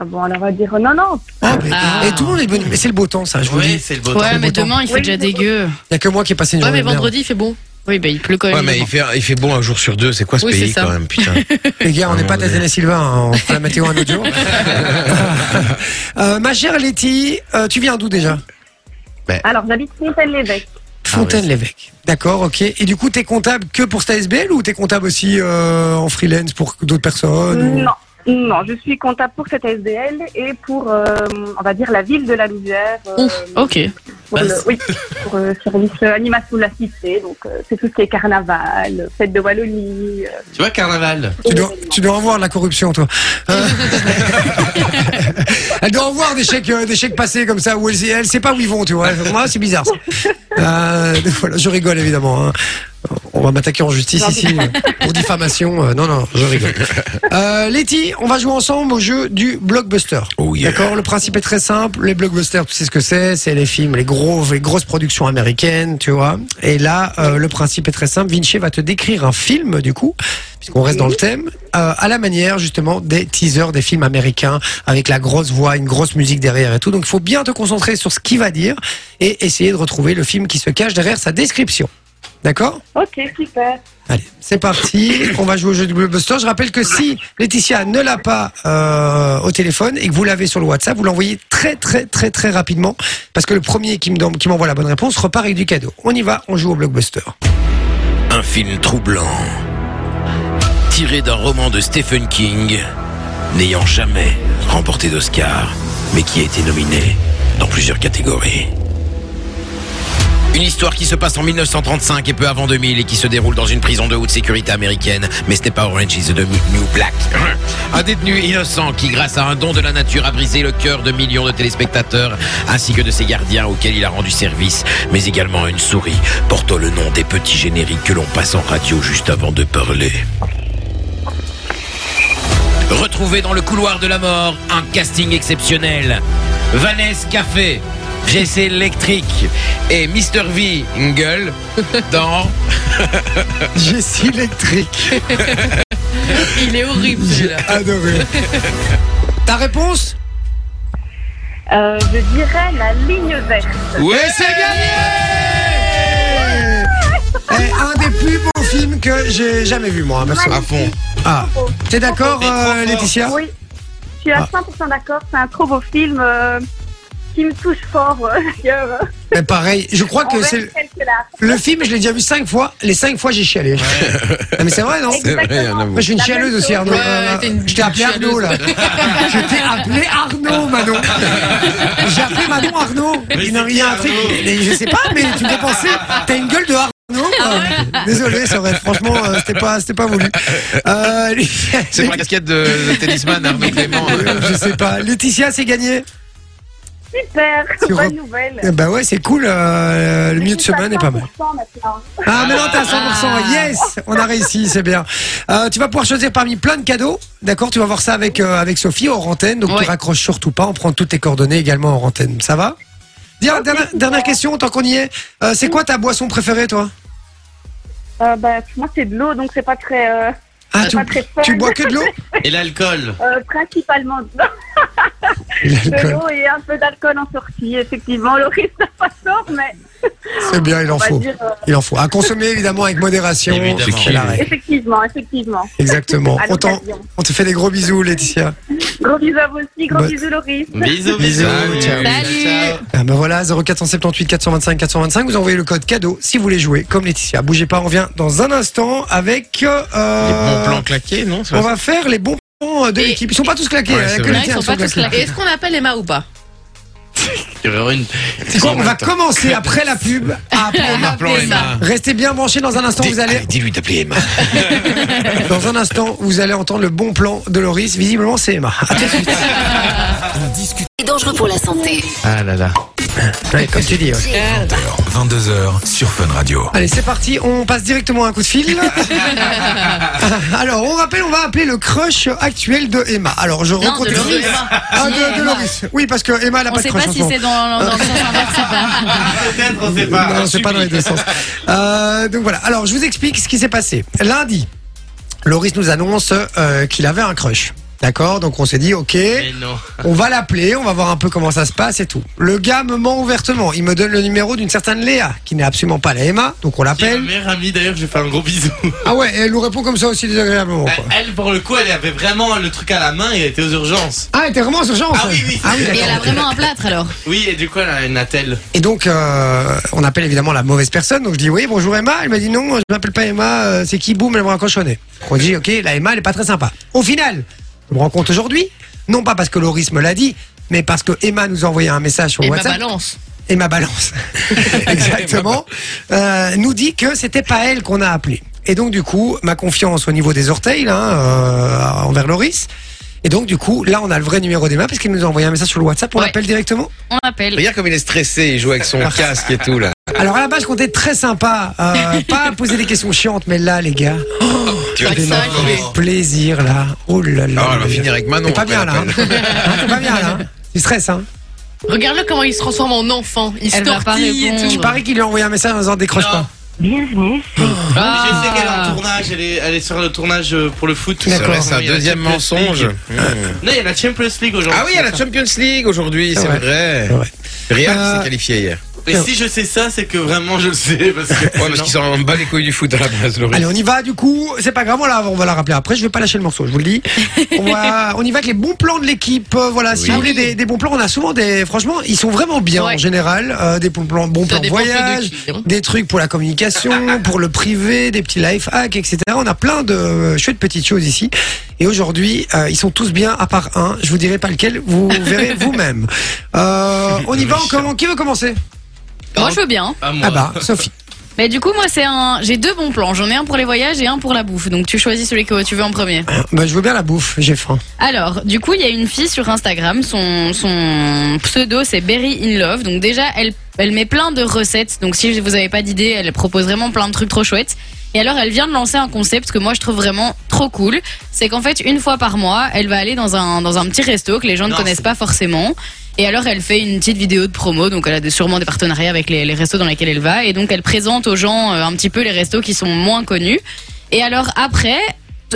H: Ah Bon, alors on va dire non, non.
F: Ah, mais-
C: Ah.
F: Et tout le monde est de bonne humeur. Mais c'est le beau temps ça, je vous le
E: Oui,
F: dis.
E: c'est le beau
C: Ouais,
F: Trop
C: mais
F: beau temps.
C: demain il fait
H: Oui,
C: déjà
H: mais-
C: dégueu.
F: Il y a que moi qui ai passé une
D: Ouais,
F: journée
D: mais
F: de merde.
D: vendredi il fait bon. Oui, bah il pleut quand même.
G: Ouais, mais il fait, il fait bon un jour sur deux. C'est quoi ce
D: Oui,
G: pays
D: c'est ça.
G: quand même,
D: [LAUGHS]
G: putain
F: Les gars, on n'est pas
G: Vraiment,
F: Tazana Silva, hein, on fera la météo un autre jour. Euh, ma chère Letty, euh, tu viens d'où déjà
H: Alors j'habite Fontaine-l'Évêque.
F: Fontaine-l'Évêque. D'accord, ok. Et du coup, t'es comptable que pour cette ASBL ou t'es comptable aussi euh, en freelance pour d'autres personnes ou-
H: Oh, non, non, je suis comptable pour cette ASBL et pour, euh, on va dire, la ville de la Louvière. euh,
D: Ouf, ok.
H: pour
E: Bah,
H: le,
E: c'est-
H: oui, pour euh, service euh, animation de la cité. Donc, euh, c'est tout ce qui est carnaval, fête de Wallonie. euh,
E: Tu vois, carnaval.
F: tu dois, tu dois en voir la corruption, toi. Euh, elle doit en voir des chèques, euh, des chèques passés comme ça où elle, elle sait pas où ils vont, tu vois. Moi, c'est bizarre. ça. Euh, voilà, je rigole évidemment. hein. On va m'attaquer en justice ici euh, pour diffamation. Euh, non, non, je rigole. Euh, Letty, on va jouer ensemble au jeu du blockbuster.
G: Oh yeah.
F: D'accord. Le principe est très simple. Les blockbusters, tu sais ce que c'est C'est les films, les gros, les grosses productions américaines, tu vois. Et là, euh, le principe est très simple. Vinci va te décrire un film, du coup, puisqu'on reste dans le thème, euh, à la manière justement des teasers des films américains, avec la grosse voix, une grosse musique derrière et tout. Donc, il faut bien te concentrer sur ce qu'il va dire et essayer de retrouver le film qui se cache derrière sa description. D'accord
H: Ok, super.
F: Allez, c'est parti. On va jouer au jeu du Blockbuster. Je rappelle que si Laetitia ne l'a pas euh, au téléphone et que vous l'avez sur le WhatsApp, vous l'envoyez très très très très rapidement parce que le premier qui me donne- qui m'envoie la bonne réponse repart avec du cadeau. On y va, on joue au Blockbuster.
G: Un film troublant, tiré d'un roman de Stephen King, n'ayant jamais remporté d'Oscar, mais qui a été nominé dans plusieurs catégories. Une histoire qui se passe en 1935 et peu avant 2000 et qui se déroule dans une prison de haute sécurité américaine. Mais ce n'est pas Orange is the New Black. [LAUGHS] Un détenu innocent qui, grâce à un don de la nature, a brisé le cœur de millions de téléspectateurs ainsi que de ses gardiens auxquels il a rendu service, mais également à une souris portant le nom des petits génériques que l'on passe en radio juste avant de parler. Retrouvé dans le couloir de la mort, un casting exceptionnel. Vanessa Café, JC Electric et Mr. V Ingle [LAUGHS] dans
F: Jessie électrique,
D: Il est horrible
F: j'ai
D: celui-là.
F: adoré. [LAUGHS] Ta réponse
H: Euh, je dirais la ligne verte.
F: Ouais, c'est gagné Eh, Un des plus beaux films que j'ai jamais vu moi, hein, perso.
G: à fond.
F: Ah, t'es d'accord,
E: T'es trop
F: euh,
E: fort.
F: Laetitia
H: Oui, je suis à
F: Ah.
H: 100% d'accord. C'est un trop beau film euh, qui me touche fort. euh, d'ailleurs.
F: Mais pareil, je crois
H: On
F: que
H: verse
F: c'est
H: quelques larmes.
F: le film, je l'ai déjà vu cinq fois. Les cinq fois, j'ai chialé. [LAUGHS] Non, mais c'est vrai, non
G: vrai,
H: Exactement.
G: Anna,
F: Moi, je suis une
H: La
F: chialeuse
H: même
F: aussi,
H: chose.
F: Arnaud.
D: Ouais,
F: Euh,
D: t'es une
F: je t'ai appelé
D: chialeuse. [LAUGHS]
F: Arnaud, là. je t'ai appelé Arnaud, Manon. J'ai appelé Manon Arnaud.
E: Mais
F: Il n'a
E: c'est
F: rien
E: qui,
F: un truc.
E: Arnaud
F: mais Je sais pas, mais tu me fais penser. T'as une gueule de Arnaud.
D: Ah
F: quoi. Désolé, c'est vrai. Franchement, euh, c'était pas, c'était pas voulu. Euh, [LAUGHS]
G: C'est pour la casquette de, de
E: [LAUGHS]
G: tennisman Arnaud Clément.
F: je sais pas. Laetitia, c'est gagné.
H: Super,
F: Tu
H: bonne
F: re-
H: nouvelle.
F: Eh Ben ouais, c'est cool. euh, le milieu de semaine est pas mal.
H: 100% maintenant.
F: Ah, mais non, t'as
H: Ah.
F: 100%. Yes, on a réussi, c'est bien. Euh, tu vas pouvoir choisir parmi plein de cadeaux. D'accord, tu vas voir ça avec, euh, avec Sophie hors antenne. Donc, tu
D: Ouais.
F: raccroches surtout pas. On prend toutes tes coordonnées également hors antenne. Ça va Dis, dernière, dernière question, tant qu'on y est. Euh, c'est quoi ta boisson préférée, toi
H: Euh, bah, moi, c'est de l'eau, donc c'est pas très, euh,
F: ah, tu,
H: pas très fun.
F: tu bois que
H: [LAUGHS]
F: de l'eau
E: Et l'alcool.
H: Euh, principalement de de l'eau et un peu d'alcool en sortie. Effectivement, le risque n'a pas tort, mais
F: C'est bien, il en
H: on va
F: faut.
H: dire. euh,
F: Il en faut. À consommer évidemment avec modération.
E: Évidemment.
F: C'est
G: C'est
F: l'arrêt.
H: effectivement, effectivement.
F: Exactement.
H: [LAUGHS] À
F: On, t'en-
H: l'occasion.
F: on te fait des gros bisous, Laetitia.
H: Gros bisous à vous aussi, gros
F: Bah-
H: bisous Loris.
E: Bisous,
F: Bisous,
E: bisous.
F: ciao.
C: Salut.
E: Ciao.
F: Ah ben voilà, 0478 425 425. Vous envoyez le code cadeau si vous voulez jouer comme Laetitia. Bougez pas, on vient dans un instant avec. euh,
E: Les bons plans claqués, non
F: on va faire les bons plans de l'équipe. Ils sont pas tous claqués.
E: Ouais,
F: hein,
E: c'est
F: que
E: vrai.
F: [LAUGHS] les tiens
C: Non, ils sont pas tous claqués.
D: Et est-ce qu'on appelle Emma ou pas
E: Tu veux une-
F: C'est quoi, On va
E: Attends.
F: commencer après la
E: [LAUGHS]
F: pub. Ah, à apprendre.
E: Appelons
C: Appelez ça.
E: Emma.
F: Restez bien branchés dans un instant.
G: Dis-
F: Vous allez
G: allez, Dis-lui d'appeler Emma.
F: dans un instant, vous allez entendre le bon plan de Loris. Visiblement, c'est Emma. À tout de suite.
A: C'est dangereux pour la santé.
E: Ah là là.
F: Ouais, comme tu dis. ouais.
B: 22h sur Fun Radio.
F: Allez, c'est parti, on passe directement à un coup
C: [LAUGHS]
F: de fil. Alors, on rappelle, on va appeler le crush actuel de Emma. Alors, je
C: Non, de
F: recontextualise.
C: Loris.
F: Ah, de, de Loris. Oui, parce que Emma, elle n'a
C: On
F: pas de
C: sait
F: crush
C: pas
F: en ce
C: si
F: moment.
C: c'est dans, dans le sens inverse
F: [LAUGHS]
C: ou pas.
E: Peut-être, on sait
F: Non, c'est pas dans les
E: [LAUGHS]
F: deux sens. Euh, donc voilà. Alors, je vous explique ce qui s'est passé. Lundi, Loris nous annonce euh, qu'il avait un crush. D'accord Donc, on s'est dit, ok.
E: Mais non.
F: On va l'appeler, on va voir un peu comment ça se passe et tout. Le gars me ment ouvertement. Il me donne le numéro d'une certaine Léa, qui n'est absolument pas la Emma. Donc on
E: J'ai ma
F: l'appelle.
E: meilleure amie d'ailleurs, je lui fais un gros bisou.
F: Ah ouais, et elle nous répond comme ça aussi désagréablement.
E: Elle,
F: Quoi.
E: elle, pour le coup, elle avait vraiment le truc à la main et elle était aux urgences.
F: Ah, elle était vraiment en urgence.
E: Ah oui, oui.
C: Et
F: d'accord.
C: elle a vraiment un plâtre alors.
E: Oui, et du coup, elle a une attelle.
F: Et donc, euh, on appelle évidemment la mauvaise personne. Donc, je dis oui, bonjour Emma. Elle m'a dit non, je m'appelle pas Emma. euh, C'est qui Boum, elle m'a cochonné. On dit ok, la Emma, elle est pas très sympa. Au final, je me rends compte aujourd'hui, non pas parce que Loris me l'a dit, mais parce que Emma nous a envoyé un message sur
D: Emma
F: WhatsApp.
D: balance.
F: et ma balance, [LAUGHS] exactement, euh, nous dit que c'était pas elle qu'on a appelée. Et donc du coup, ma confiance au niveau des orteils, là, euh, envers Loris. Et donc du coup, là, on a le vrai numéro d'Emma parce qu'il nous a envoyé un message sur le WhatsApp. On
C: Ouais.
F: l'appelle directement.
C: On appelle.
I: Regarde comme il est stressé, il joue avec
F: Ah.
I: son casque et tout là.
F: Alors à la base, je comptais être très sympa, euh, pas poser des questions chiantes, mais là, les gars,
I: Tu
F: ça
I: vas
F: fait
I: finir
F: marquer plaisir là. Oh là là.
I: on Ah, va finir avec Manon.
F: T'es pas
I: après,
F: bien là. hein.
I: après.
F: Hein, T'es pas bien là.
I: [LAUGHS]
F: hein. Tu stresses, hein.
D: Regarde-le comment il se transforme en enfant. Il se
C: Elle va pas
D: tortille et
C: répondre.
D: tout.
F: Il paraît qu'il lui a envoyé un message en disant décroche
E: Non.
F: pas.
E: Mais Je sais qu'elle est en tournage, elle est, elle est sur le tournage euh, pour le foot.
I: C'est
F: D'accord.
I: vrai, c'est un
E: Il y a la
I: deuxième
E: Champions
I: mensonge. Mmh.
E: League. Mmh. Non, il y a la Champions League aujourd'hui.
I: Ah oui, à la Champions League aujourd'hui,
F: C'est
I: c'est
F: vrai.
I: vrai.
F: C'est vrai.
I: Real
F: Euh,
I: s'est qualifié hier.
E: Et si je sais ça, c'est que vraiment je le sais. Parce que,
I: Ouais, parce qu'ils sont en bas les couilles du foot à la base, Laurie.
F: Allez, on y va du coup. C'est pas grave, on, la- on va la rappeler après. Je vais pas lâcher le morceau, je vous le dis. On,
D: [LAUGHS]
F: va, on y va avec les bons plans de l'équipe. Euh, Voilà, si
I: Oui.
F: vous voulez des, des bons plans, on a souvent des. Franchement, ils sont vraiment bien
D: Ah Ouais.
F: en général. Euh, des bons plans, bons
D: Ça
F: plans
D: dépend
F: voyage,
D: ceux de qui, hein.
F: des trucs pour la
D: [LAUGHS]
F: communication, pour le privé, des petits life hacks, etc. On a plein de euh, chouettes petites choses ici. Et aujourd'hui, euh, ils sont tous bien à part un. Je vous dirai pas lequel, vous
D: [LAUGHS]
F: verrez vous-même. Euh, on y va, on commence. Qui veut commencer
C: Moi je veux bien.
E: Ah, moi.
F: Ah bah, Sophie.
C: Mais du coup moi c'est un, j'ai deux bons plans. J'en ai un pour les voyages et un pour la bouffe. Donc tu choisis celui que tu veux en premier.
F: Bah, je veux bien la bouffe, j'ai faim.
C: Alors, du coup, il y a une fille sur Instagram, son, son pseudo c'est Berry in Love. Donc déjà, elle, elle met plein de recettes. Donc si vous avez pas d'idée, elle propose vraiment plein de trucs trop chouettes. Et alors, elle vient de lancer un concept que moi je trouve vraiment trop cool. C'est qu'en fait, une fois par mois, elle va aller dans un, dans un petit resto que les gens ne
E: Non,
C: connaissent
E: c'est-
C: pas forcément. Et alors, elle fait une petite vidéo de promo. Donc elle a des- sûrement des partenariats avec les, les restos dans lesquels elle va. Et donc, elle présente aux gens euh, un petit peu les restos qui sont moins connus. Et alors après,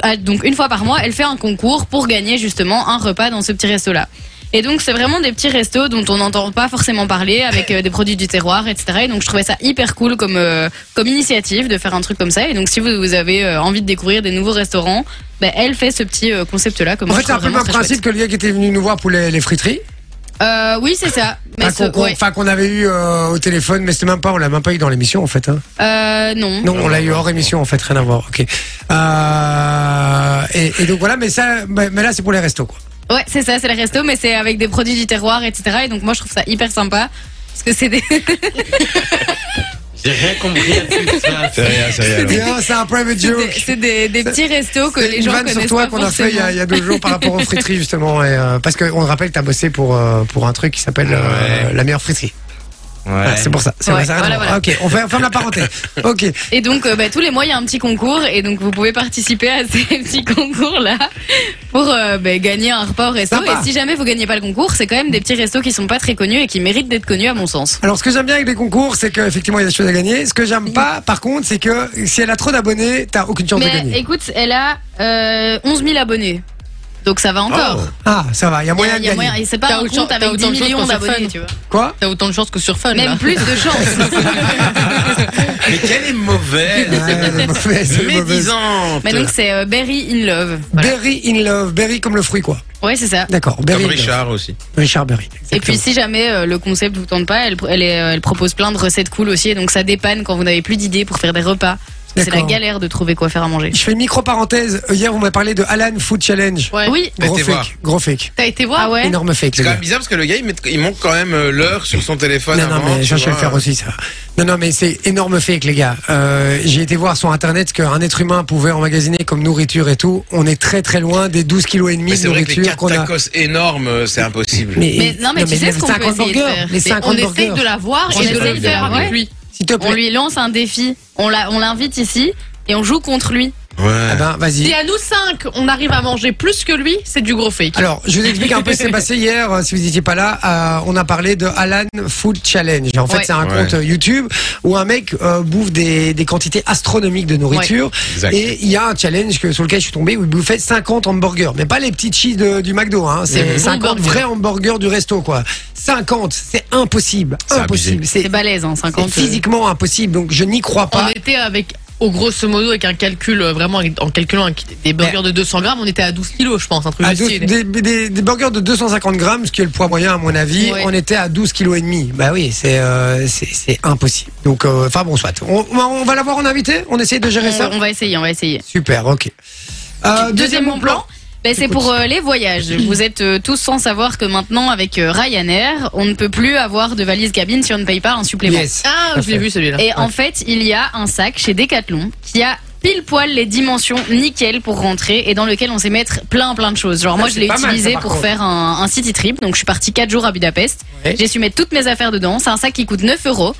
C: ah, donc une fois par mois, elle fait un concours pour gagner justement un repas dans ce petit resto-là. Et donc c'est vraiment des petits restos dont on n'entend pas forcément parler avec euh, des produits du terroir, etc. Et donc je trouvais ça hyper cool comme euh, comme initiative de faire un truc comme ça. Et donc si vous, vous avez euh, envie de découvrir des nouveaux restaurants, ben elle fait ce petit euh, concept-là. Comme
F: En fait, c'est un peu le même principe que le gars qui était venu nous voir pour les, les friteries.
C: Euh, oui, c'est ça. Mais
F: Enfin,
C: ce-
F: qu'on qu'on-
C: ouais.
F: enfin, qu'on avait eu euh, au téléphone, mais c'était même pas, on l'a même pas eu dans l'émission en fait. hein.
C: Euh, non.
F: Non, on l'a eu hors émission en fait, rien à voir. Ok. Euh, et, et donc voilà, mais ça, mais, mais là c'est pour les restos quoi.
C: Ouais, c'est ça, c'est le resto, mais c'est avec des produits du terroir, etc. Et donc moi je trouve ça hyper sympa parce que c'est des [LAUGHS]
E: J'ai rien compris à tout ça.
I: C'est Real, c'est Real.
F: Bien, c'est un private
C: C'est des-
F: joke.
C: C'est des, des petits restos que
F: C'est
C: les
F: une
C: gens
F: vanne
C: connaissent
F: sur toi
C: pas
F: qu'on a fait il y a, il y a deux jours par rapport aux friteries justement, et, euh, parce qu'on le rappelle, t'as bossé pour euh, pour un truc qui s'appelle euh, la meilleure friterie. Voilà, c'est pour ça. C'est
C: Ouais,
F: vrai, ça a rien à
C: voilà,
F: voir. Ok, on fait- on ferme la parenthèse. Ok.
C: forcément. Et donc, euh, bah, tous les mois, il y a un petit concours. Et donc, vous pouvez participer à [LAUGHS] ces petits concours-là pour euh, bah, gagner un repas au resto.
F: Sympa.
C: Et si jamais vous gagnez pas le concours, c'est quand même des petits restos qui sont pas très connus et qui méritent d'être connus, à mon sens.
F: Alors, ce que j'aime bien avec les concours, c'est qu'effectivement, il y a des choses à gagner. Ce que j'aime pas, par contre, c'est que si elle a trop d'abonnés, t'as aucune chance de
C: Mais
F: gagner.
C: écoute, elle a euh, 11 000 abonnés. Donc ça va encore.
F: Ah, ça va, il y a
C: Il y
F: moyen
C: a-
F: de
C: il y a
F: gagner.
C: moyen- et c'est pas
D: T'as
C: un
D: autant-
C: compte
D: t'as
C: avec 10
D: autant de chances
C: millions
D: qu'on soit
C: d'abonnés,
D: fun.
C: tu vois. [LAUGHS]
F: Quoi
D: T'as autant de chance que sur Fun. là.
C: Même plus
D: [LAUGHS]
C: de chance.
E: Mais quelle est mauvaise
F: Ouais,
C: [LAUGHS]
F: elle est mauvaise, elle est mauvaise.
E: Médisante
C: Mais donc c'est euh, Berry in Love. Voilà.
F: Berry in love, berry comme le fruit, quoi.
C: Ouais, c'est ça.
F: D'accord, berry.
I: Comme
F: in love.
I: Richard aussi.
F: Richard Berry.
C: Et puis si jamais euh, le concept vous tente pas, elle, elle, est, euh, elle propose plein de recettes cool aussi, et donc ça dépanne quand vous n'avez plus d'idées pour faire des repas. Parce que C'est la
F: D'accord.
C: galère de trouver quoi faire à manger.
F: Je fais une micro-parenthèse. Hier, on m'a parlé de Alan Food Challenge.
D: Ouais.
C: Oui.
F: Gros
I: Restez
F: fake,
I: voir.
F: gros fake.
D: T'as été voir
C: Ah ouais.
F: Énorme fake,
I: C'est quand
F: le gars.
I: même bizarre parce que le gars, il, met- il manque quand même euh, l'heure sur son téléphone.
F: Non, non,
I: avant,
F: mais
I: tu
F: je vais le
I: vois.
F: faire aussi, ça. Non, non, mais c'est énorme fake, les gars. Euh, J'ai été voir sur Internet ce qu'un être humain pouvait emmagasiner comme nourriture et tout. On est très, très loin des 12 kg et
I: Mais
F: demi de
I: c'est vrai que les
F: nourriture
I: 4
F: qu'on a.
I: tacos énormes, euh, c'est impossible.
C: Mais non, mais tu sais ce qu'on peut essayer de faire.
F: Les
C: Mais
F: 50
D: On essaye
F: burgers.
D: de la voir
C: On
D: et de
C: essaye
D: le
C: de
D: faire
C: la voir.
D: avec lui.
F: S'il te plaît.
C: On lui lance un défi, on la- on l'invite ici et on joue contre lui.
F: Ah
I: Ouais.
F: ben, vas-y.
D: Si à nous cinq, on arrive à manger plus que lui, c'est du gros fake.
F: Alors, je vous explique un peu ce qui s'est passé hier, euh, si vous n'étiez pas là. Euh, on a parlé de Alan Food Challenge. En fait,
C: Ouais.
F: c'est un
I: Ouais.
F: compte euh, YouTube où un mec euh, bouffe des, des quantités astronomiques de nourriture.
I: Exact.
F: Et il y a un challenge que, sur lequel je suis tombé où il bouffait 50 hamburgers. Mais pas les petits cheese de- du McDo, hein. C'est
D: bons
F: 50
D: burgers.
F: vrais hamburgers du resto, quoi. 50, c'est impossible.
I: C'est
F: Impossible. C'est
C: C'est balèze, hein,
F: c'est
C: 50.
F: physiquement impossible. Donc, je n'y crois
D: On
F: pas.
D: était avec, au grosso modo, avec un calcul, euh, vraiment avec- en calculant un- des burgers de 200 grammes, on était à 12 kilos, je pense, un truc
C: Ah,
F: À
D: du
F: douze-
D: style.
F: des, des- des burgers de 250 grammes, ce qui est le poids moyen à mon avis,
C: Ouais.
F: on était à 12 kg et demi. Bah oui, c'est euh, c'est c'est impossible. Donc euh, enfin bon soit. On, on va- on va l'avoir en invité, on essaye de gérer
C: On,
D: Euh,
F: ça.
C: on va essayer, on va essayer.
F: Super, OK. Euh,
C: Mm. Deuxième bon plan. Ben, c'est
F: Écoute.
C: pour euh, les
F: [CLEARS THROAT]
C: voyages. Vous êtes euh, tous sans savoir que maintenant, avec euh, Ryanair, on ne peut plus avoir de valise cabine si on ne paye pas un supplément.
F: Yes.
D: Ah, je l'ai vu celui-là.
C: Et en fait, il y a un sac chez Decathlon qui a pile poil les dimensions nickel pour rentrer et dans lequel on sait mettre plein plein de choses. Genre moi je
F: c'est
C: l'ai
F: pas mal,
C: utilisé
F: ça, par
C: pour
F: contre.
C: faire un, un city trip, donc je suis partie 4 jours à Budapest.
F: Ouais.
C: J'ai su mettre toutes mes affaires dedans, c'est un sac qui coûte 9 euros.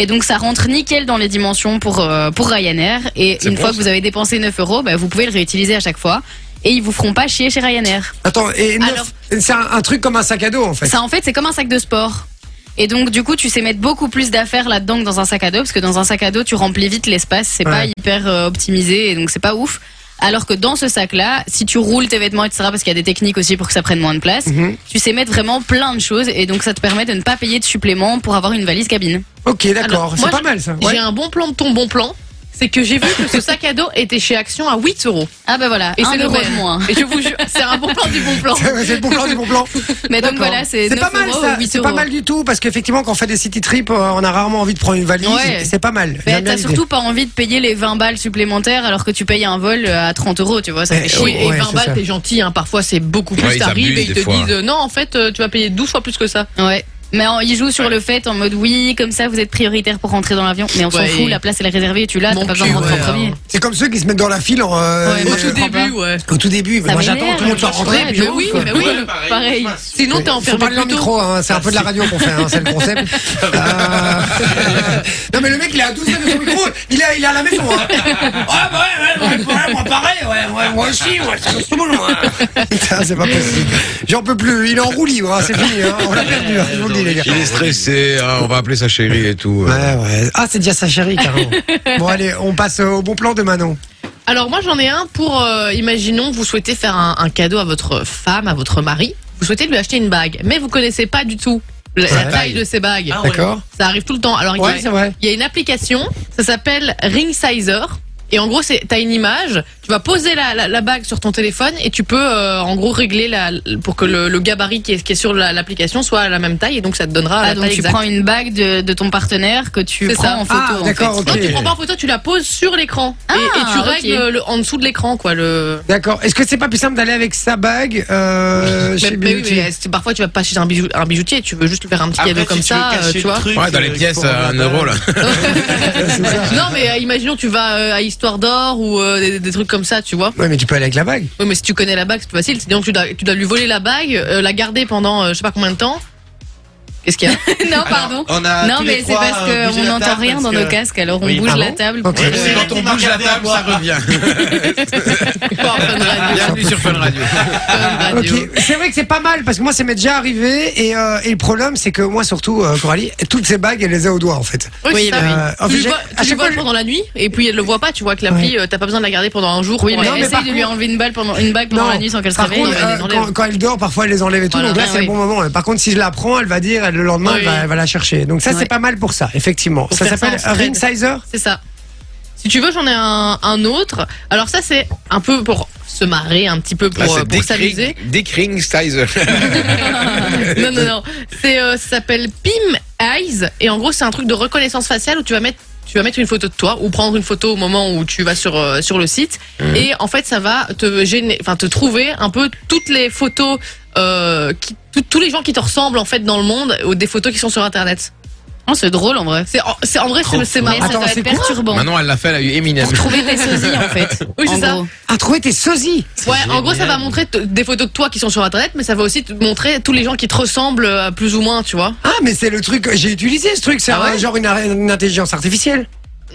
C: Et donc ça rentre nickel dans les dimensions pour, euh, pour Ryanair. Et
I: C'est
C: une
I: bon,
C: fois
I: ça.
C: que vous avez dépensé 9 euros, bah, vous pouvez le réutiliser à chaque fois. Et ils vous feront pas chier chez Ryanair.
F: Attends, et neuf-
C: Alors-
F: c'est un, un truc comme un sac à dos en fait.
C: Ça, en fait, c'est comme un sac de sport. Et donc, du coup, tu sais mettre beaucoup plus d'affaires là-dedans que dans un sac à dos, parce que dans un sac à dos, tu remplis vite l'espace, c'est pas
F: Ouais.
C: hyper euh, optimisé, et donc c'est pas ouf. Alors que dans ce sac-là, si tu roules tes vêtements, etc., parce qu'il y a des techniques aussi pour que ça prenne moins de place,
F: Mhm.
C: tu sais mettre vraiment plein de choses, et donc ça te permet de ne pas payer de supplément pour avoir une valise cabine.
F: OK, d'accord,
D: Alors,
F: c'est
D: moi,
F: pas
D: je-
F: mal ça.
D: J'ai
F: Ouais.
D: un bon plan de ton bon plan. C'est que j'ai vu que ce sac à dos était chez Action à 8 euros.
C: Ah ben voilà,
D: Et
C: un
D: c'est le
C: euro de
D: même.
C: moins.
D: Et je vous jure, c'est un bon plan du bon
G: [LAUGHS]
D: plan.
F: [LAUGHS] c'est le bon plan, c'est le bon plan.
C: [LAUGHS] Mais donc
F: D'accord.
C: voilà, c'est 9
F: pas mal
C: euros
F: ça,
C: ou 8
F: c'est pas
C: euros.
F: mal du tout parce qu'effectivement quand on fait des city trips, euh, on a rarement envie de prendre une valise,
C: Ouais.
F: c'est pas mal.
C: Mais
F: J'aime bien
C: t'as
F: l'idée.
C: surtout pas envie de payer les 20 balles supplémentaires alors que tu payes un vol à 30 euros, tu vois, ça
F: Eh,
C: fait chier.
D: Oui, et
F: Ouais,
D: 20
F: c'est
D: balles,
F: ça.
D: t'es gentil, hein. parfois c'est beaucoup plus.
I: Ouais, ils
D: T'arrives
I: abusent
D: et ils
I: des
D: te
I: fois.
D: disent euh, non, en fait, euh, tu vas payer 12 fois plus que ça.
C: Ouais. Mais en- il joue sur le fait en mode oui, comme ça vous êtes prioritaire pour rentrer dans l'avion. Mais on s'en
D: Ouais.
C: fout, la place elle est réservée, tu l'as,
D: Mon
C: t'as pas
D: cul,
C: besoin de rentrer
D: ouais,
C: en premier.
F: C'est comme ceux qui se mettent dans la file en euh,
C: Ouais,
F: et-
C: moi,
D: Au
C: je
D: tout
C: comprends
D: début, ouais.
F: Au tout début,
C: Ça
F: moi j'attends
C: m'énerve,
F: que tout le monde soit
C: moi, je
F: rentré.
C: trouve.
F: puis je
C: Ouais,
D: mais oui,
F: ouvre.
D: mais oui,
C: pareil.
D: pareil. Sinon, t'es
F: Faut
D: enfermé
F: parler dans
D: plus
F: le
D: tôt.
F: micro, hein, c'est un peu de la radio qu'on fait, hein, c'est le [LAUGHS] concept. Euh, non mais le mec il est à 12 mètres de son micro, il est, il est à la maison. Hein. Ah bah ouais, ouais, ouais, ouais, moi pareil, ouais, ouais, moi aussi, ouais, c'est tout le monde. hein. Putain, c'est pas possible. J'en peux plus, il est en roue libre, hein, c'est fini, hein, on l'a perdu, hein, je vous le dis les gars.
I: Il est stressé, hein, on va appeler sa chérie et tout. euh.
F: Ouais, ouais. Ah, c'est déjà sa chérie, carrément. bon, allez, on passe au bon plan de Manon.
D: Alors moi j'en ai un pour, euh, imaginons, vous souhaitez faire un, un cadeau à votre femme, à votre mari, vous souhaitez lui acheter une bague, mais vous connaissez pas du tout la, la
F: Ouais.
D: taille de ces bagues.
I: Ah.
E: Ah
F: D'accord
D: Ça arrive tout le temps. Alors il y a-
F: Ouais, c'est vrai.
D: il y, a une application, ça s'appelle Ring Sizer. Et en gros, c'est t'as une image, tu vas poser la, la- la bague sur ton téléphone et tu peux euh, en gros régler la, pour que le, le gabarit qui est, qui est sur la- l'application soit à la même taille et donc ça te donnera
C: Ah,
D: la
C: donc
D: taille
C: tu
D: exacte.
C: prends une bague de, de ton partenaire que tu
D: C'est
C: prends
D: ça.
C: en photo.
F: Ah,
C: en
F: d'accord,
C: fait.
F: ok.
D: Non, tu prends pas en photo, tu la poses sur l'écran Et- et, tu
C: Ah, ok.
D: règles le- en dessous de l'écran quoi le.
F: D'accord. Est-ce que c'est pas plus simple d'aller avec sa bague
D: [LAUGHS]
F: euh,
D: Mais,
F: chez
D: mais oui,
F: Beauty
D: mais c'est- parfois tu vas pas chez un, bijou- un bijoutier, tu veux juste lui faire un petit cadeau comme ça, euh, tu vois.
I: Ouais, dans les pièces à 1
E: euh,
I: euro là.
F: C'est ça.
C: [LAUGHS]
D: non, mais euh, imaginons tu vas euh, à Histoire d'Or ou euh, des, des trucs comme ça, tu vois.
F: Ouais, mais tu peux aller avec la bague.
D: Oui, mais si tu connais la bague, c'est plus facile. Sinon, tu dois, tu dois lui voler la bague, euh, la garder pendant euh, je sais pas combien de temps.
C: Qu'est-ce qu'il y a [LAUGHS] Non,
E: Oh,
C: pardon.
E: On a
C: Non,
E: tous les
C: mais c'est
E: trois,
C: parce
E: euh, bougé
C: qu'on
E: la
C: n'entend
E: table
C: rien
E: parce
C: dans
E: que-
C: nos casques, alors on
E: Oui.
C: bouge
F: Ah
C: la
F: bon
C: table.
F: Ok.
C: pour,
F: Ouais,
C: euh,
E: c'est
I: Quand on bouge la table, ça [LAUGHS] revient. Bienvenue sur Fun Radio.
F: Ah,
D: Ah,
F: Ok,
D: euh,
F: c'est vrai que c'est pas mal parce que moi ça m'est déjà arrivé et, euh, et le problème c'est que moi surtout euh, Coralie toutes ces bagues elle les a au doigt en fait.
D: Oui, bah oui.
F: Euh, en fait,
D: tu lui
F: j'ai-
D: vois,
F: à chaque
D: tu lui vois
F: fois, je-
D: pendant la nuit et puis elle le voit pas. Tu vois que l'appli, euh, t'as pas besoin de la garder pendant un jour.
C: Oui,
D: pour
C: mais
F: Non,
D: aller-
F: mais
C: essaye
F: par
C: de lui
F: contre-
C: enlever une balle pendant une bague pendant la nuit sans qu'elle se
F: par
C: réveille.
F: contre,
D: elle
F: euh,
D: les enlève.
F: quand, quand elle dort, parfois elle les enlève et tout.
D: Voilà.
F: donc là,
C: Ah
F: c'est
C: oui.
F: le bon moment. Mais par contre, si je la prends, elle va dire, elle, le lendemain,
D: Oui.
F: elle, va, elle va la chercher. Donc ça,
C: Ouais.
F: c'est pas mal pour ça, effectivement.
D: Pour
F: ça
D: faire ça
F: s'appelle
D: en
F: ring sizer.
D: C'est ça. Si tu veux, j'en ai un, un autre. Alors ça, c'est un peu pour se marrer, un petit
F: Ah,
D: peu pour, euh, pour s'amuser.
I: Dick Ring Sizer.
D: [LAUGHS] non, non, non. C'est euh, ça s'appelle Pim Eyes et en gros, c'est un truc de reconnaissance faciale où tu vas mettre tu vas mettre une photo de toi ou prendre une photo au moment où tu vas sur euh, sur le site
F: Mhm.
D: et en fait, ça va te gêner enfin te trouver un peu toutes les photos euh, qui, tout- tous les gens qui te ressemblent en fait dans le monde ou des photos qui sont sur internet.
C: Oh, c'est drôle en vrai.
D: C'est en, c'est- en vrai c'est c'est
C: Mais
D: marrant.
C: ça
F: Attends,
C: doit
F: c'est
C: être
F: quoi
I: [LAUGHS]
C: perturbant.
I: Maintenant, elle l'a fait, elle a eu Eminem.
C: Pour trouver tes sosies en fait.
D: Oui,
C: en
D: c'est ça.
C: gros.
F: Ah, trouver tes sosies.
D: Ouais, en gros, ça va montrer t- des photos de toi qui sont sur internet, mais ça va aussi te montrer tous les gens qui te ressemblent euh, plus ou moins, tu vois.
F: Ah, mais c'est le truc, j'ai utilisé ce truc, c'est
D: Ah
F: un-
D: ouais
F: genre une, ar- une intelligence artificielle.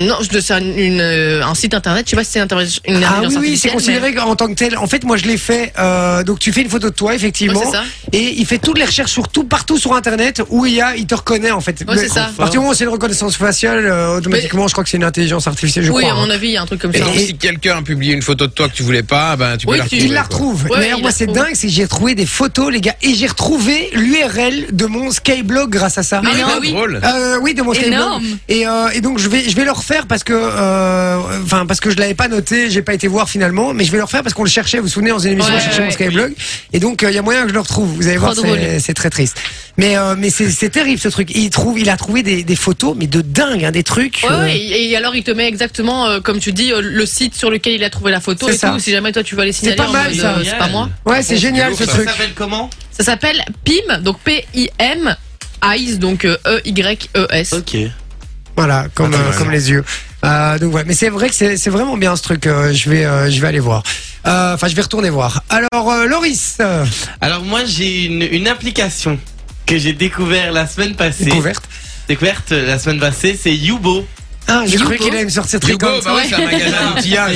D: Non, je- c'est un, une, euh, un site internet, je sais pas si c'est une, intelli- une
F: Ah
D: intelligence
F: oui, oui, c'est
D: artificielle, mais-
F: considéré en tant que tel. En fait, moi, je l'ai fait. euh, donc, tu fais une photo de toi, effectivement,
D: Ouais, c'est ça.
F: et il fait toutes les recherches sur tout, partout sur Internet où il y a, il te reconnaît en fait.
D: Ouais, c'est ça.
F: À partir du moment où c'est une reconnaissance faciale, euh, automatiquement, je crois que c'est une intelligence artificielle. Je
D: Oui,
F: crois.
D: à
F: hein.
D: mon avis, il y a un truc comme
I: Et
D: ça.
I: donc, si quelqu'un a publié une photo de toi que tu voulais pas, ben, tu peux
D: Oui,
I: la
D: tu-
I: retrouver.
F: Il la
I: quoi.
F: retrouve.
D: Ouais,
F: D'ailleurs,
D: il
F: moi,
D: la
F: c'est
D: retrouve.
F: dingue, c'est que j'ai trouvé des photos, les gars, et j'ai retrouvé l'URL de mon Skyblog grâce à ça.
C: Mais non,
I: Ah,
C: oui.
I: drôle.
F: Euh, oui, de mon Skyblog.
C: Énorme.
F: Et, euh, et donc je vais je vais le refaire parce que euh, enfin parce que je l'avais pas noté, j'ai pas été voir finalement, mais je vais le refaire parce qu'on le cherchait. Vous vous souvenez dans une émission,
C: Ouais,
F: on cherchait
C: ouais,
F: mon Skyblog. Et donc euh, il y a moyen que je le retrouve. Vous allez
C: Trop
F: voir,
C: drôle.
F: c'est- c'est très triste. Mais euh, mais c'est c'est terrible ce truc. Il trouve, il a trouvé des, des photos, mais de dingue, hein, des trucs.
D: Ouais,
F: euh,
D: ouais, et, et alors il te met exactement, euh, comme tu dis, euh, le site sur lequel il a trouvé la photo
F: C'est
D: et
F: ça.
D: tout. Si jamais toi tu veux aller signaler,
F: pas
D: en
F: mal,
D: mode,
F: ça.
D: euh, c'est pas moi.
F: ouais, c'est génial ce
I: lourd, ça.
F: truc.
E: s'appelle comment
D: Ça s'appelle PIM, donc P-I-M, Eyes, donc euh, E-Y-E-S.
E: Ok.
F: Voilà, comme,
I: Ah,
F: euh,
I: ouais.
F: comme les yeux. Euh, donc ouais, mais c'est vrai que c'est c'est vraiment bien ce truc. euh, je vais euh, je vais aller voir. Euh, Enfin, je vais retourner voir. Alors, euh, Loris, euh,
E: Alors moi j'ai une, une application que j'ai découvert la semaine passée.
F: découverte.
E: Découverte euh, la semaine passée, c'est Yubo.
F: Ah, j'ai cru
D: Youbo.
F: qu'il allait me sortir
I: Hugo,
F: Tricote.
I: bah ouais, c'est un magasin d'outillage.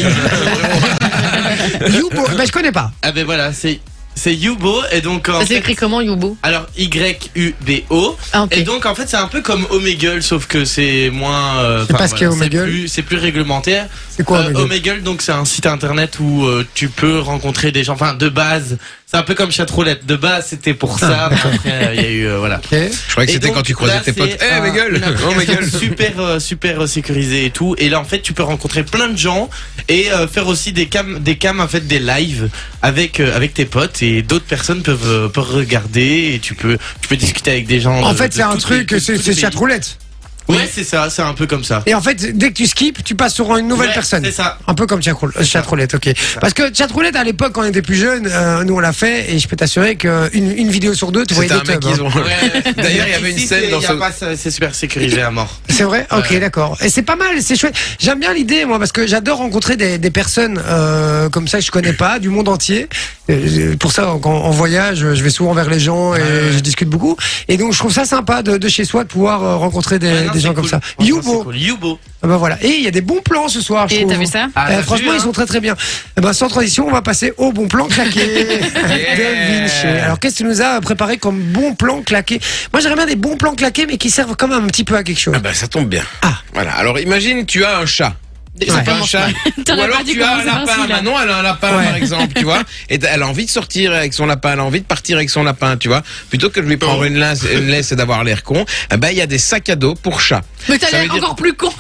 E: [LAUGHS]
F: [LAUGHS] Youbo, bah, je connais pas.
E: Ah ben voilà, c'est c'est Yubo et donc en
D: Ça
E: fait-
D: s'écrit comment, Youbo
E: alors Y U B O
D: Ah, ok.
E: et donc en fait c'est un peu comme Omegle sauf que c'est moins euh,
F: C'est
E: enfin,
F: pas ce qu'est
E: voilà,
F: Omegle.
E: plus- c'est plus réglementaire.
F: C'est quoi
E: Euh,
F: Omegle
E: Omegle donc c'est un site internet où euh, tu peux rencontrer des gens enfin de base, c'est un peu comme Chatroulette de base, c'était pour ça
F: Ah.
E: mais après il y a eu euh, voilà.
F: Ok.
I: Je croyais que
E: Et
I: c'était
E: donc,
I: quand tu croisais
E: là,
I: tes potes.
E: c'est
I: Eh,
E: un-
I: mes gueules
E: une application
I: [LAUGHS] Oh, mes gueules
E: Super, euh, super euh, sécurisée et tout. Et là, en fait, tu peux rencontrer plein de gens et euh, faire aussi des cams, des cams, en fait, des lives avec, euh, avec tes potes et d'autres personnes peuvent, euh, peuvent regarder et tu peux, tu peux discuter avec des gens.
F: En
E: de-
F: fait,
E: de
F: c'est un
E: toutes les-
F: truc,
E: de
F: c'est
E: tous
F: c'est
E: les
F: chat
E: pays.
F: roulette.
E: Ouais, c'est ça, c'est un peu comme ça.
F: Et en fait, dès que tu skips, tu passes sur une nouvelle
E: Ouais,
F: personne.
E: C'est ça.
F: Un peu comme chat roul- euh, chat roulette, ok. Parce que chat roulette, à l'époque, quand on était plus jeune, euh, nous on l'a fait, et je peux t'assurer qu'une une vidéo sur deux, tu voyais
I: C'était
F: des
I: un mec
F: tubs.
I: qui se
F: hein.
I: branlait. [LAUGHS] D'ailleurs, il y avait une
E: Ici,
I: scène
E: c'est-
I: dans
E: il y
I: ce.
E: a pas ça, C'est super sécurisé à mort.
F: C'est vrai Ok,
E: Ouais.
F: d'accord. Et c'est pas mal ces chouette. J'aime bien l'idée, moi, parce que j'adore rencontrer des, des personnes euh, comme ça que je connais pas, du monde entier. Euh, pour ça, en, en voyage, je vais souvent vers les gens et je discute beaucoup. Et donc, je trouve ça sympa de, de chez soi de pouvoir euh, rencontrer des,
E: Ouais, non,
F: des
E: c'est
F: gens comme
E: cool.
F: ça.
E: Franchement, c'est
F: Youbo,
E: cool. Yubo.
F: Ah bah voilà. Et il y a des bons plans ce soir. je
C: Et
F: trouve.
C: t'as vu ça
E: Ah,
F: Eh,
E: t'as
F: franchement,
E: vu,
F: ils
E: hein
F: sont très très bien. Eh ben, sans transition, on va passer au bon
E: [LAUGHS]
F: plan claqué. de Vinci. Alors, qu'est-ce que tu nous as préparé comme bon plan claqué Moi, j'aimerais bien des bons plans claqués, mais qui servent quand même un petit peu à quelque chose.
I: Ah bah ça tombe bien.
F: Ah.
I: Voilà. Alors imagine tu as un chat.
D: Ça
I: C'est pas un
D: commence
C: [LAUGHS]
I: chat. Ou
C: T'aurais
I: alors
C: pas dû
I: tu as un
C: commencer par
I: lapin.
C: celui-là.
I: Manon elle a un lapin
F: Ouais.
I: par exemple, tu vois. Et elle a envie de sortir avec son lapin, elle a envie de partir avec son lapin, tu vois. Plutôt que de lui prendre une, laisse, une laisse et d'avoir l'air con, eh ben il y a des sacs à dos pour chat.
D: Mais t'as
I: ça
D: l'air
I: veut dire-
D: encore plus con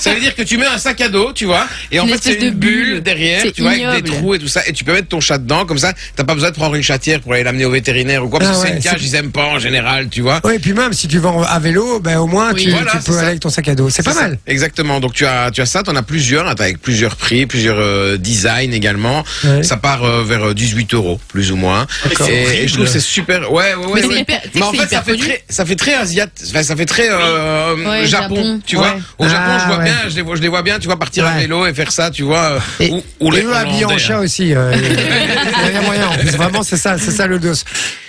I: Ça veut dire que tu mets un sac à dos, tu vois, et en
C: Une
I: fait
C: espèce
I: c'est une
C: de
I: bulle,
C: bulle.
I: derrière,
C: C'est
I: tu vois, avec des
C: ignoble.
I: trous et tout ça, et tu peux mettre ton chat dedans, comme ça, t'as pas besoin de prendre une chatière pour aller l'amener au vétérinaire ou quoi, parce
F: Ah
I: que c'est
F: ouais,
I: une cage,
F: c'est-
I: ils aiment pas en général, tu vois.
F: Ouais, et puis même si tu vas en- à vélo, ben au moins
D: Oui.
F: tu,
I: Voilà,
F: tu
I: c'est
F: peux
I: ça.
F: aller avec ton sac à dos. C'est pas
I: ça.
F: mal.
I: Exactement. Donc tu as tu as ça, t'en as
G: plusieurs, hein, avec plusieurs prix, plusieurs euh, designs également.
F: Ouais.
G: Ça part euh, vers euh, 18 euros, plus ou moins.
E: D'accord.
G: Et, et je trouve que c'est super. Ouais, ouais, ouais.
D: Mais c'est
G: ouais.
D: hyper- tu sais
G: Mais
D: que
G: en
D: c'est
G: fait, ça
D: hyper
G: fait,
D: connu.
G: très, ça fait très asiat, enfin, ça fait très euh,
D: Ouais,
G: Japon,
D: Japon.
G: tu
F: Ouais.
G: vois. Au Japon,
F: Ah,
G: je vois
F: ouais.
G: bien, je les vois, je les vois bien, tu vois, partir à
F: Ouais.
G: vélo et faire ça, tu vois. euh,
F: Et-
G: ou, ou
F: Et
G: les
F: eux habillés en
G: Hollandais,
F: chat
G: hein.
F: aussi.
G: [LAUGHS]
F: euh, Il y a moyen. En plus, vraiment, c'est ça, c'est ça le dos.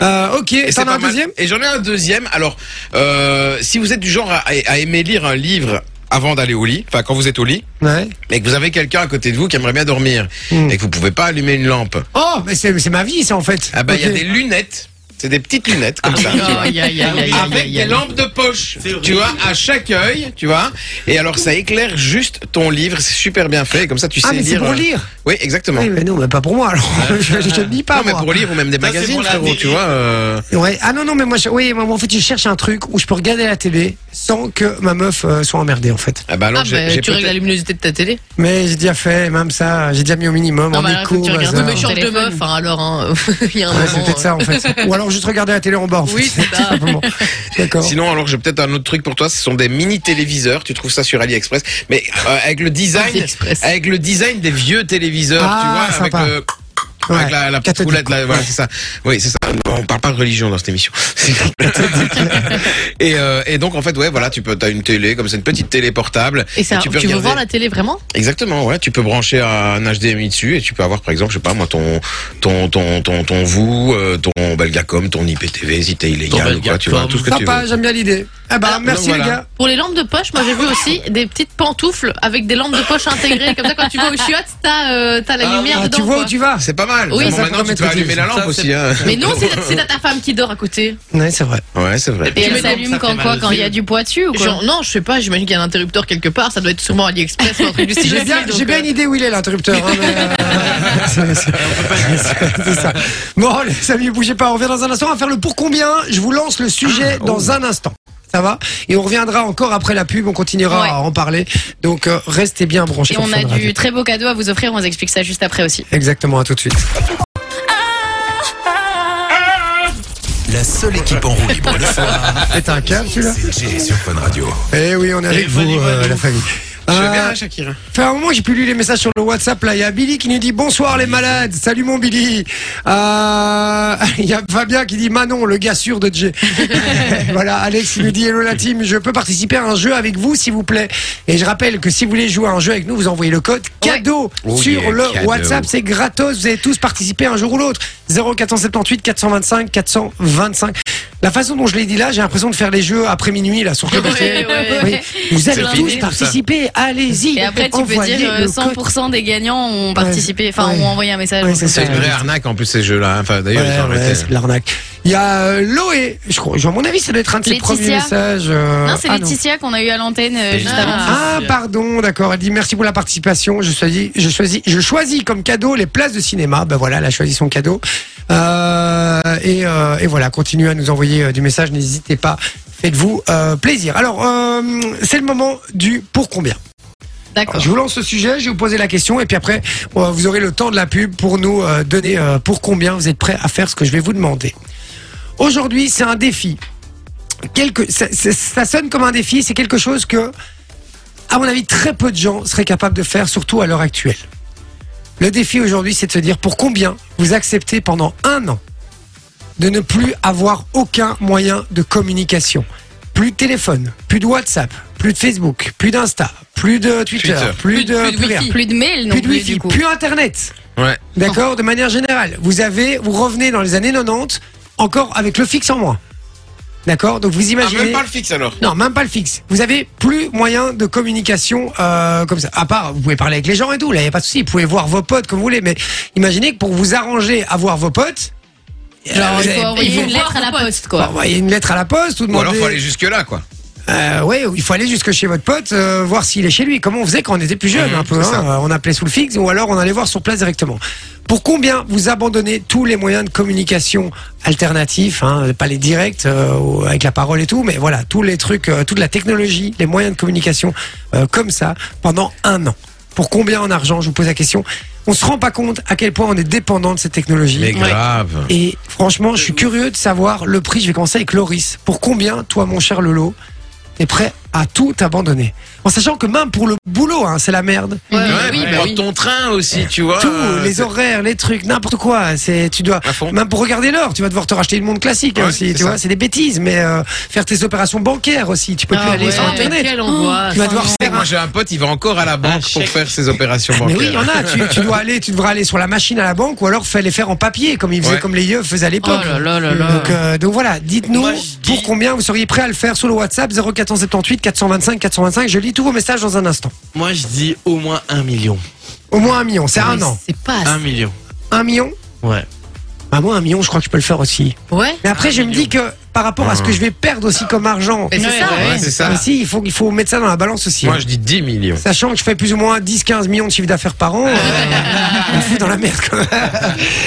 F: Euh, ok,
G: Et c'est
F: t'en as
G: pas
F: un
G: mal.
F: deuxième
G: Et j'en ai un deuxième. Alors, euh, si vous êtes du genre à, à aimer lire un livre avant d'aller au lit, enfin quand vous êtes au lit,
F: Ouais.
G: mais que vous avez quelqu'un à côté de vous qui aimerait bien dormir
F: Hmm.
G: et que vous pouvez pas allumer une lampe,
F: Oh, mais c'est c'est ma vie, ça, en fait.
G: ah bah il
F: Ok.
G: y a des lunettes. C'est des petites lunettes
D: Ah,
G: comme ça.
D: Aïe, aïe, aïe, aïe, aïe, aïe,
G: Avec
D: aïe,
G: des
D: aïe.
G: lampes de poche,
E: C'est vrai.
G: tu vois, à chaque œil, tu vois. Et alors ça éclaire juste ton livre, c'est super bien fait. Comme ça, tu sais
F: Ah, mais c'est
G: lire.
F: pour
G: euh,
F: lire
G: Oui, exactement.
F: Oui, mais non, mais pas pour moi, alors. [LAUGHS] je je ne lis pas,
G: non, mais
F: moi.
G: pour lire ou même des
E: Ça, c'est
G: magazines,
E: pour la
G: frérot,
E: vie.
G: tu vois. euh,
F: Ouais. Ah non, non, mais moi, je- oui, moi, en fait, je cherche un truc où je peux regarder la télé sans que ma meuf euh, soit emmerdée, en fait.
G: Ah bah alors,
D: Ah,
G: j'ai-
D: bah,
G: j'ai
D: tu règles
G: peut-être-
D: la luminosité de ta télé.
F: Mais j'ai déjà fait, même ça, j'ai déjà mis au minimum
D: Non,
F: en
D: mais
G: bah,
D: alors, faut
F: écho.
D: que tu
F: au
D: regardes.
F: hasard.
D: Oui, mais change de
C: Téléphone.
D: meuf, hein, alors, hein. [LAUGHS] Il y a un
F: Ouais,
D: moment. euh,
F: c'est peut-être ça en fait. [LAUGHS] Ou alors juste regarder la télé en bas en
D: Oui,
F: fait.
D: c'est ça.
F: [LAUGHS] Simplement. D'accord.
G: Sinon, alors j'ai peut-être un autre truc pour toi. Ce sont des mini téléviseurs. Tu trouves ça sur AliExpress, mais euh, avec le design,
D: AliExpress.
G: avec le design des vieux téléviseurs,
F: Ah,
G: tu vois,
F: sympa.
G: avec euh, le
F: Ouais.
G: avec la, la petite
F: Cathodique,
G: roulette, là,
F: quoi.
G: voilà, c'est ça. Oui, c'est ça. Bon, on parle pas de religion dans
F: [LAUGHS]
G: cette émission. et, euh, et donc, en fait, ouais, voilà, tu peux, t'as une télé, comme c'est une petite télé portable.
D: Et ça,
G: Et tu
D: tu,
G: peux
D: veux
G: regarder-
D: voir la télé vraiment
G: Exactement, ouais, tu peux brancher un HDMI dessus et tu peux avoir, par exemple, je sais pas, moi, ton, ton, ton, ton, ton vous, euh, ton Belgacom, ton IPTV, si t'es illégal ou quoi, tu vois, tout ce que tu veux.
F: Sympa, j'aime bien l'idée. Eh ben,
G: Alors,
F: merci
G: donc,
F: les
G: voilà.
F: gars.
D: Pour les lampes de poche, moi j'ai vu aussi des petites pantoufles avec des lampes de poche intégrées. Comme ça, quand tu vas au chiottes, t'as euh, t'as la
E: Ah,
D: lumière
F: Ah,
D: dedans.
F: tu vois où
D: quoi.
F: tu vas
G: C'est pas mal.
D: Oui,
G: Bon,
F: ça
G: maintenant,
F: permet
G: tu
F: de
G: peux allumer
F: maîtriser.
G: la lampe
E: Ça,
G: aussi.
F: [LAUGHS]
G: Hein.
D: Mais non, c'est c'est à ta femme qui dort à côté.
F: Oui, c'est vrai.
G: Ouais, c'est vrai.
C: Et
E: Tu
C: elle
E: mets des lampes,
C: s'allume
E: ça fait
C: quand
E: mal
C: quoi
E: aux
C: Quand il y
E: yeux.
C: a du poids dessus ou quoi
D: Genre, non, je sais pas, j'imagine qu'il y a un interrupteur quelque part, ça doit être sûrement AliExpress ou un truc du style.
F: [LAUGHS] J'ai bien,
D: Donc,
F: j'ai bien
D: euh,
F: une idée où il est l'interrupteur. hein, mais, euh, [LAUGHS] c'est- c'est- c'est ça. Bon, les amis, bougez pas. On revient dans un instant. On va faire le pour combien. Je vous lance le sujet dans un instant. Ça va Et on reviendra encore après la pub. On continuera
C: Ouais.
F: à en parler. Donc, euh, restez bien branchés.
C: Et
F: sur
C: on
F: Fun
C: a
F: Radio.
C: du très beau cadeau à vous offrir, on vous explique ça juste après aussi.
F: Exactement, à tout de suite.
B: La seule équipe en roue libre le soir,
D: [LAUGHS]
F: C'est un câble, celui-là
B: c'est Jay sur Fun Radio.
F: Eh oui, on est avec vous,
E: Téléphone,
F: euh,
E: Ivan.
F: la famille.
G: Je
F: Euh,
G: vais bien, Shakira.
F: Fait un moment, j'ai plus lu les messages sur le WhatsApp. Là, il y a Billy qui nous dit bonsoir les malades. Salut mon Billy. Euh, [LAUGHS] Il y a Fabien qui dit Manon, le gars sûr de
D: [LAUGHS]
F: Jay. [LAUGHS] voilà, Alex qui nous dit hello la team. Je peux participer à un jeu avec vous, s'il vous plaît. Et je rappelle que si vous voulez jouer à un jeu avec nous, vous envoyez le code cadeau
G: Oh
F: sur
G: yeah,
F: le
G: cadeau.
F: WhatsApp. C'est gratos. Vous avez tous participé un jour ou l'autre. 0478 425 425. La façon dont je l'ai dit là, j'ai l'impression de faire les jeux après minuit là sur Club RTL.
D: Ouais, ouais.
F: Oui. Vous allez
C: C'est
F: tous
C: fini,
F: participer, allez-y.
C: Et après, tu peux
F: Envoyez
C: dire euh,
F: le
C: 100% des gagnants ont participé, enfin
F: Ouais.
C: ont envoyé un message.
F: Ouais,
C: donc,
F: c'est ça.
G: C'est une vraie
F: Ouais,
G: arnaque en plus ces jeux-là. hein. Enfin,
F: code.
G: d'ailleurs, ils
F: Ouais,
G: ont arrêté.
F: ouais, c'est de l'arnaque. Il y a euh, Loé, je crois, à mon avis, ça doit être un de ses
C: Laetitia.
F: premiers messages. euh,
C: Non, c'est
F: ah,
C: Laetitia qu'on a eu à l'antenne euh, juste
E: Ah.
C: avant.
F: Ah, pardon, d'accord. Elle dit merci pour la participation. Je choisis, je choisis, je choisis comme cadeau les places de cinéma. Ben voilà, elle a choisi son cadeau. Euh, et, euh, et voilà, continuez à nous envoyer euh, du message. N'hésitez pas. Faites-vous euh, plaisir. Alors, euh, c'est le moment du pour combien. Alors,
C: D'accord.
F: Je vous lance ce sujet, je vais vous poser la question et puis après, euh, vous aurez le temps de la pub pour nous euh, donner euh, pour combien vous êtes prêts à faire ce que je vais vous demander. Aujourd'hui, c'est un défi. Quelque, ça, ça- ça sonne comme un défi, c'est quelque chose que, à mon avis, très peu de gens seraient capables de faire, surtout à l'heure actuelle. Le défi aujourd'hui, c'est de se dire pour combien vous acceptez pendant un an de ne plus avoir aucun moyen de communication. Plus de téléphone, plus de WhatsApp, plus de Facebook, plus d'Insta, plus de Twitter,
G: Twitter.
F: plus de,
D: Plus de
F: plus rien.
D: wifi.
C: Plus de mail non plus,
F: plus de wifi,
C: du coup.
F: plus internet.
G: Ouais. Ah,
F: D'accord, de manière générale, vous avez, vous revenez dans les années 90 encore avec le fixe en moins. D'accord, donc vous
G: Ah, même
F: imaginez.
G: pas le fixe alors.
F: Non, même pas le fixe. Vous avez plus moyen de communication euh, comme ça. À part, vous pouvez parler avec les gens et tout. Là, il n'y a pas de souci. Vous pouvez voir vos potes comme vous voulez. Mais imaginez que pour vous arranger à voir vos potes,
C: Genre,
F: vous
C: il
F: avez-
C: faut envoyer
F: il
C: une
F: faut-
C: lettre à la poste,
F: faut
C: quoi.
F: envoyer une lettre à la poste ou
G: Ou alors,
F: demander.
G: faut aller jusque-là, quoi.
F: Euh, ouais, il faut aller jusque chez votre pote, euh, voir s'il est chez lui. Comment on faisait quand on était plus jeune,
G: Mhm,
F: un peu.
G: c'est
F: hein.
G: ça.
F: Euh, on appelait sous le fixe ou alors on allait voir sur place directement. Pour combien vous abandonnez tous les moyens de communication alternatifs, hein, pas les directs euh, ou avec la parole et tout, mais voilà, tous les trucs, euh, toute la technologie, les moyens de communication euh, comme ça pendant un an. Pour combien en argent Je vous pose la question. On se rend pas compte à quel point on est dépendant de cette technologie.
G: Mais grave.
F: Et franchement, je suis curieux de savoir le prix. Je vais commencer avec Loris. Pour combien, toi, mon cher Lolo, est prêt à tout abandonner. En sachant que même pour le boulot, hein, c'est la merde.
D: Ouais,
I: Ouais,
D: oui,
I: puis
D: bah
I: prends
D: oui.
I: ton train aussi, tu vois.
F: Tout,
I: euh,
F: les horaires, les trucs, n'importe quoi. C'est, tu dois,
I: À fond.
F: même pour regarder l'heure, tu vas devoir te racheter le monde classique hein,
I: Ouais,
F: aussi.
I: c'est
F: Tu
I: ça.
F: vois, c'est des bêtises, mais euh, faire tes opérations bancaires aussi. Tu peux plus
D: Ah
F: aller sur
D: ouais, mais
F: internet. Oh.
D: quelle angoisse.
F: Tu vas devoir
I: C'est
F: faire.
I: que moi j'ai un pote, il va encore à la banque pour
E: chèque.
I: faire ses opérations
F: Ah, Mais
I: bancaires.
F: oui, il y en a. Tu, tu dois aller, tu devras aller sur la machine à la banque, ou alors fais les faire en papier, comme ils faisaient,
I: Ouais.
F: comme les yeux faisaient à l'époque.
D: Oh là là là là.
F: Donc, euh, donc voilà, dites-nous
E: Moi, je dis-
F: pour combien vous seriez prêt à le faire sur le WhatsApp 0478 425 425. Je lis tous vos messages dans un instant.
E: Moi, je dis au moins un million.
F: Au moins un million, c'est
C: Ah,
F: un an.
D: C'est pas
E: Un
D: assez.
E: million.
F: Un million
E: Ouais.
F: Bah moi un million, je crois que je peux le faire aussi.
D: Ouais.
F: Mais après,
E: Un
F: je me
E: million.
F: dis que par rapport à ce que je vais perdre aussi comme argent,
D: Mais c'est ça,
I: Ouais,
D: ouais.
I: c'est ça.
F: aussi, il faut, il faut mettre ça dans la balance aussi.
I: Moi
F: hein.
I: je dis 10 millions.
F: Sachant que je fais plus ou moins 10-15 millions de chiffre d'affaires par an, euh, on fout dans la merde. quand même.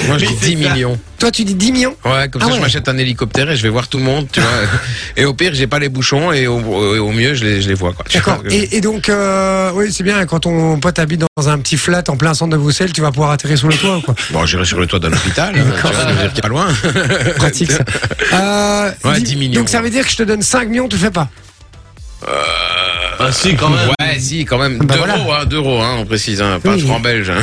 I: Moi je
E: Mais
I: dis
E: c'est
I: 10
E: ça.
I: millions.
F: Toi, tu dis 10 millions
I: Ouais, comme
F: Ah
I: ça
F: ouais.
I: je m'achète un hélicoptère et je vais voir tout le monde, tu vois.
F: [LAUGHS]
I: et au pire, j'ai pas les bouchons et au, euh, au mieux, je les, je les vois quoi. Tu
F: D'accord.
I: vois.
F: Et, et donc, euh, oui, c'est bien. Quand ton pote habite dans un petit flat en plein centre de Bruxelles, tu vas pouvoir atterrir sur le toit, ou
I: [LAUGHS]
F: quoi.
I: Bon, j'irai sur le toit d'un hôpital, hein, tu vois, je veux dire qu'il y a pas
F: [LAUGHS]
I: loin.
F: Pratique ça. Euh,
I: Ouais,
F: dis-
I: 10 millions,
F: Donc ça veut dire que je te donne 5 millions, tu le fais pas.
E: Ah, si, quand même.
I: Ouais, si, quand même.
F: Bah
I: Deux
F: voilà.
I: euros, hein, deux euros, hein, on précise, hein, pas
F: Oui.
I: de francs belges. hein.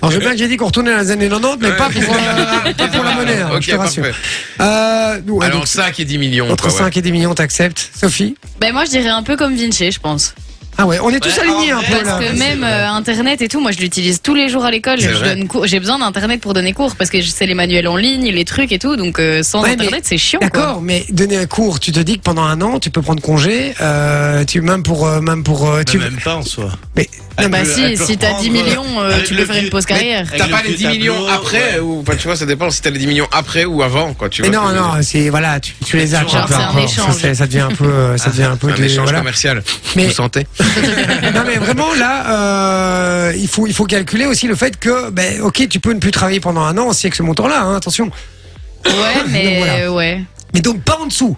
F: Alors, j'ai bien que j'ai dit qu'on retournait dans les années 90, mais pas pour, euh, pas
I: [LAUGHS]
F: pour la monnaie, hein,
I: Ok,
F: je te rassure.
I: parfait.
F: Euh, ouais,
I: Alors
F: donc,
I: 5 et 10 millions.
F: entre
I: quoi, ouais.
F: 5 et 10 millions, t'acceptes. Sophie
C: Ben moi je dirais un peu comme Vinci, je pense.
F: Ah ouais, on est tous
E: Ouais,
F: alignés
E: en
F: un
E: vrai,
F: peu
C: Parce
F: là.
C: que même euh, internet et tout, moi je l'utilise tous les jours à l'école.
I: C'est
C: Je
I: vrai.
C: donne cours- J'ai besoin d'internet pour donner cours parce que je sais les manuels en ligne, les trucs et tout. Donc euh, sans
F: Ouais, mais-
C: internet c'est chiant. quoi.
F: D'accord, mais donner un cours, tu te dis que pendant un an, tu peux prendre congé, euh, tu même pour euh, même pour euh, tu
E: Mais Même pas en soi.
F: Mais-
E: Elle
C: Bah
E: peut-
C: si,
E: elle peut
C: si t'as
E: reprendre,
C: 10 millions, euh,
E: avec
C: tu
E: le
C: peux faire
E: vieux-
C: une pause
I: Mais
C: carrière.
I: T'as
E: Avec
I: pas
E: le
I: les 10
E: tableau,
I: millions après
E: ouais.
I: ou enfin, tu vois ça dépend si t'as les 10 millions après ou avant quoi tu
F: Mais
I: vois
F: non,
I: ce que je veux
F: non,
I: dire.
F: c'est voilà, tu, tu les as.
E: Genre,
F: quoi, peu
C: c'est un
F: importe.
C: échange.
F: Ça, c'est- ça devient un peu, euh, ça devient un peu.
I: Ah, un
F: des-
I: échange
F: voilà.
I: commercial
F: Mais-
I: vous
F: [LAUGHS]
I: sentez
F: non mais vraiment là, euh, il faut il faut calculer aussi le fait que, ben ok, tu peux ne plus travailler pendant un an, on sait que ce montant-là, hein, attention. [LAUGHS]
C: Ouais, mais
F: voilà.
C: euh, ouais.
F: Mais donc pas en dessous.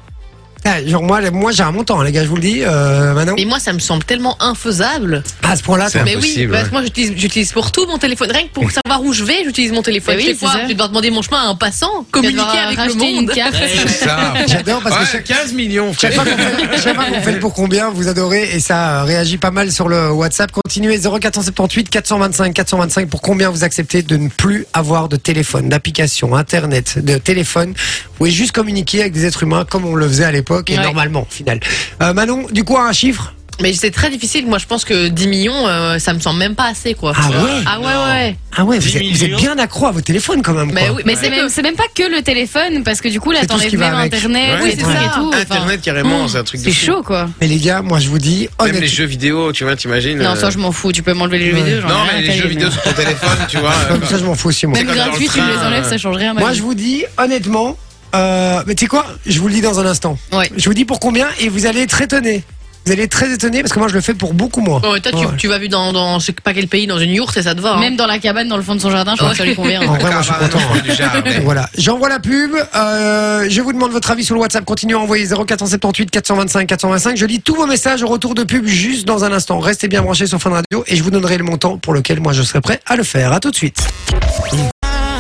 F: Ah, genre moi, moi j'ai un montant, hein, les gars, je vous le dis, euh, maintenant. Ah,
D: Mais moi, ça me semble tellement infaisable.
F: À ce point-là,
I: C'est
F: toi.
D: Mais oui,
I: Impossible,
D: parce
I: ouais.
D: que moi, j'utilise- j'utilise pour tout mon téléphone. Rien que pour savoir où je vais, j'utilise mon téléphone.
C: Mais oui,
D: Des
C: c'est
D: fois,
C: ça.
D: je vais devoir demander mon chemin à un passant,
C: Tu vas
D: communiquer
C: devoir
D: avec le
C: racheter une
D: monde.
C: carte.
D: [LAUGHS]
I: ça
F: J'adore parce que
I: Ouais,
F: chaque-
I: 15 millions
F: Chaque fois qu'on fait, chaque fois qu'on fait le pour combien, vous adorez et ça euh, réagit pas mal sur le WhatsApp. Continuez 0478 425 425 pour combien vous acceptez de ne plus avoir de téléphone, d'application, internet, de téléphone. Vous pouvez juste communiquer avec des êtres humains comme on le faisait à l'époque et
D: Ouais.
F: normalement au final. Euh, Manon, du coup un chiffre
D: Mais c'est très difficile. Moi, je pense que 10 millions, euh, ça me semble même pas assez, quoi.
F: Ah ouais
D: Ah ouais,
E: Non.
D: ouais.
F: Ah ouais, vous
E: 10
F: êtes, vous êtes
E: millions.
F: bien accro à vos téléphones quand même.
D: Mais
F: quoi.
D: oui,
C: Mais
D: ouais.
C: c'est même, c'est même pas que le téléphone parce que du coup là
F: C'est tout ce qui
C: t'enlèves
F: va
C: même
F: avec.
C: internet,
I: Ouais,
C: les
D: c'est
C: trucs
D: ça.
C: et tout. enfin,
I: internet
F: Mmh.
I: carrément c'est un truc de
C: C'est
I: fou.
C: chaud quoi.
F: Mais les gars, moi je vous dis
I: même les
F: honnêtement.
I: jeux vidéo tu vois t'imagines
C: Non,
I: euh,
C: ça je m'en fous, tu peux m'enlever les jeux
F: Ouais.
C: vidéo. j'en ai
I: non
C: rien à
I: mais les
C: caler,
I: jeux
C: mais-
I: vidéo sur ton téléphone tu vois euh,
F: Comme ça, je m'en fous aussi, moi.
C: Même
I: comme dans le
C: gratuit, tu
I: train,
C: les enlèves,
I: euh.
C: ça change rien. à ma
F: Moi,
C: vie.
F: je vous dis, honnêtement, euh, mais tu sais quoi Je vous le dis dans un instant.
C: Ouais.
F: Je vous dis pour combien et vous allez être étonné. Vous allez être très étonné parce que moi, je le fais pour beaucoup moins.
D: Bon, et toi, tu,
F: Ouais.
D: tu vas vivre dans, dans je sais pas quel pays, dans une yourte, et ça te va. hein.
C: Même dans la cabane, dans le fond de son jardin, je crois que ça lui convient.
F: En vrai, moi, je suis
I: caravane
F: content. hein.
I: au fond du jardin.
F: [LAUGHS] Voilà, j'envoie la pub. Euh, je vous demande votre avis sur le WhatsApp. Continuez à envoyer 0478 425 425. Je lis tous vos messages au retour de pub juste dans un instant. Restez bien branchés sur Fun Radio et je vous donnerai le montant pour lequel moi je serai prêt à le faire. À tout de suite.